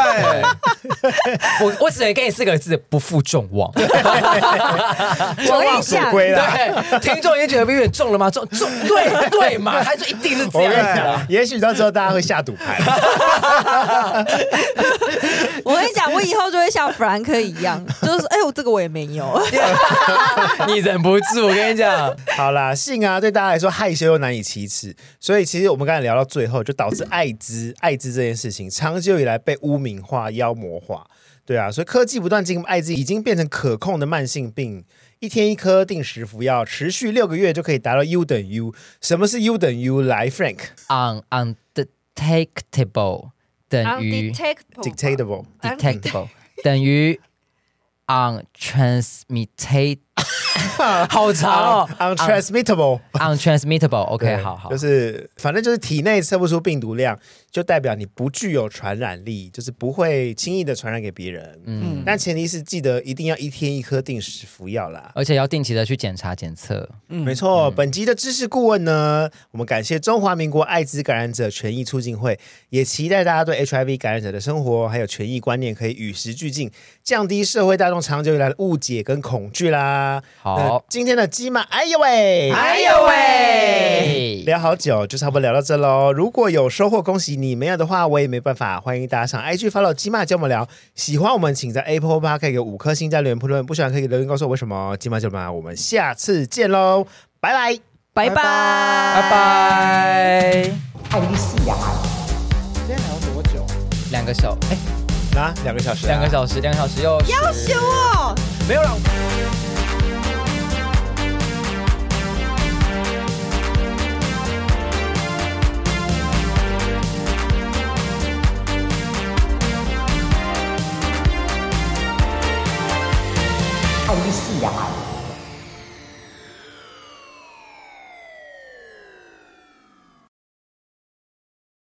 S5: 我我只能给你四个字：不负众望。
S3: 我跟你讲，
S2: 归啦。
S5: 对，听众也觉得 Vivian 中了吗？中中，对对嘛，他就一定是
S2: 我
S5: 这
S2: 跟你
S5: 样子啊。
S2: 讲，也许到时候大家会下赌牌。
S3: 我跟你讲，我以后就会像弗兰克一样， 就是哎，我这个我也没 有。
S5: 你忍不住，我跟你讲，
S2: 好啦，性啊，对大家来说害羞又难以启齿，所以其实我们刚才聊到最后，就导致艾滋、艾滋这件事情长久以来被污名化、妖魔化。对啊，所以科技不断进步，艾滋已经变成可控的慢性病，一天一颗定时服药，持续六个月就可以达到 U 等于 U。什么是 U 等于 U？来，Frank。
S5: un undetectable 等于
S2: Dictatable，
S5: detectable 等于 untransmitted，好长哦
S2: untransmittable，
S5: ，untransmittable，OK，好好
S2: 就，是反正就是体内测不出病毒量，就代表你不具有传染力，就是不会轻易的传染给别人。嗯，但前提是记得一定要一天一颗定时服药啦。
S5: 而且要定期的去检查检测。
S2: 没错，本集的知识顾问呢，我们感谢中华民国艾滋感染者权益促进会，也期待大家对 HIV 感染者的生活还有权益观念可以与时俱进，降低社会大众长久以来的误解跟恐惧啦。那
S5: 好，
S2: 今天的鸡嘛，哎呦喂，
S4: 哎呦喂，
S5: 哎
S2: 聊好久，就差不多聊到这喽。如果有收获，恭喜你；没有的话，我也没办法。欢迎大家上 IG follow 鸡妈教我们聊。喜欢我们，请在 Apple Park 给五颗星加留言评论；不喜欢可以留言告诉我为什么。鸡妈教我们聊，我们下次见喽，拜拜。
S3: 拜拜
S5: 拜，
S4: 今天聊多久？啊
S5: 两个小哎，
S2: 啊，两个小时啊、
S5: 两个小时，两个小时又
S3: 要学我。
S5: 没有了。
S1: 爱丽丝呀。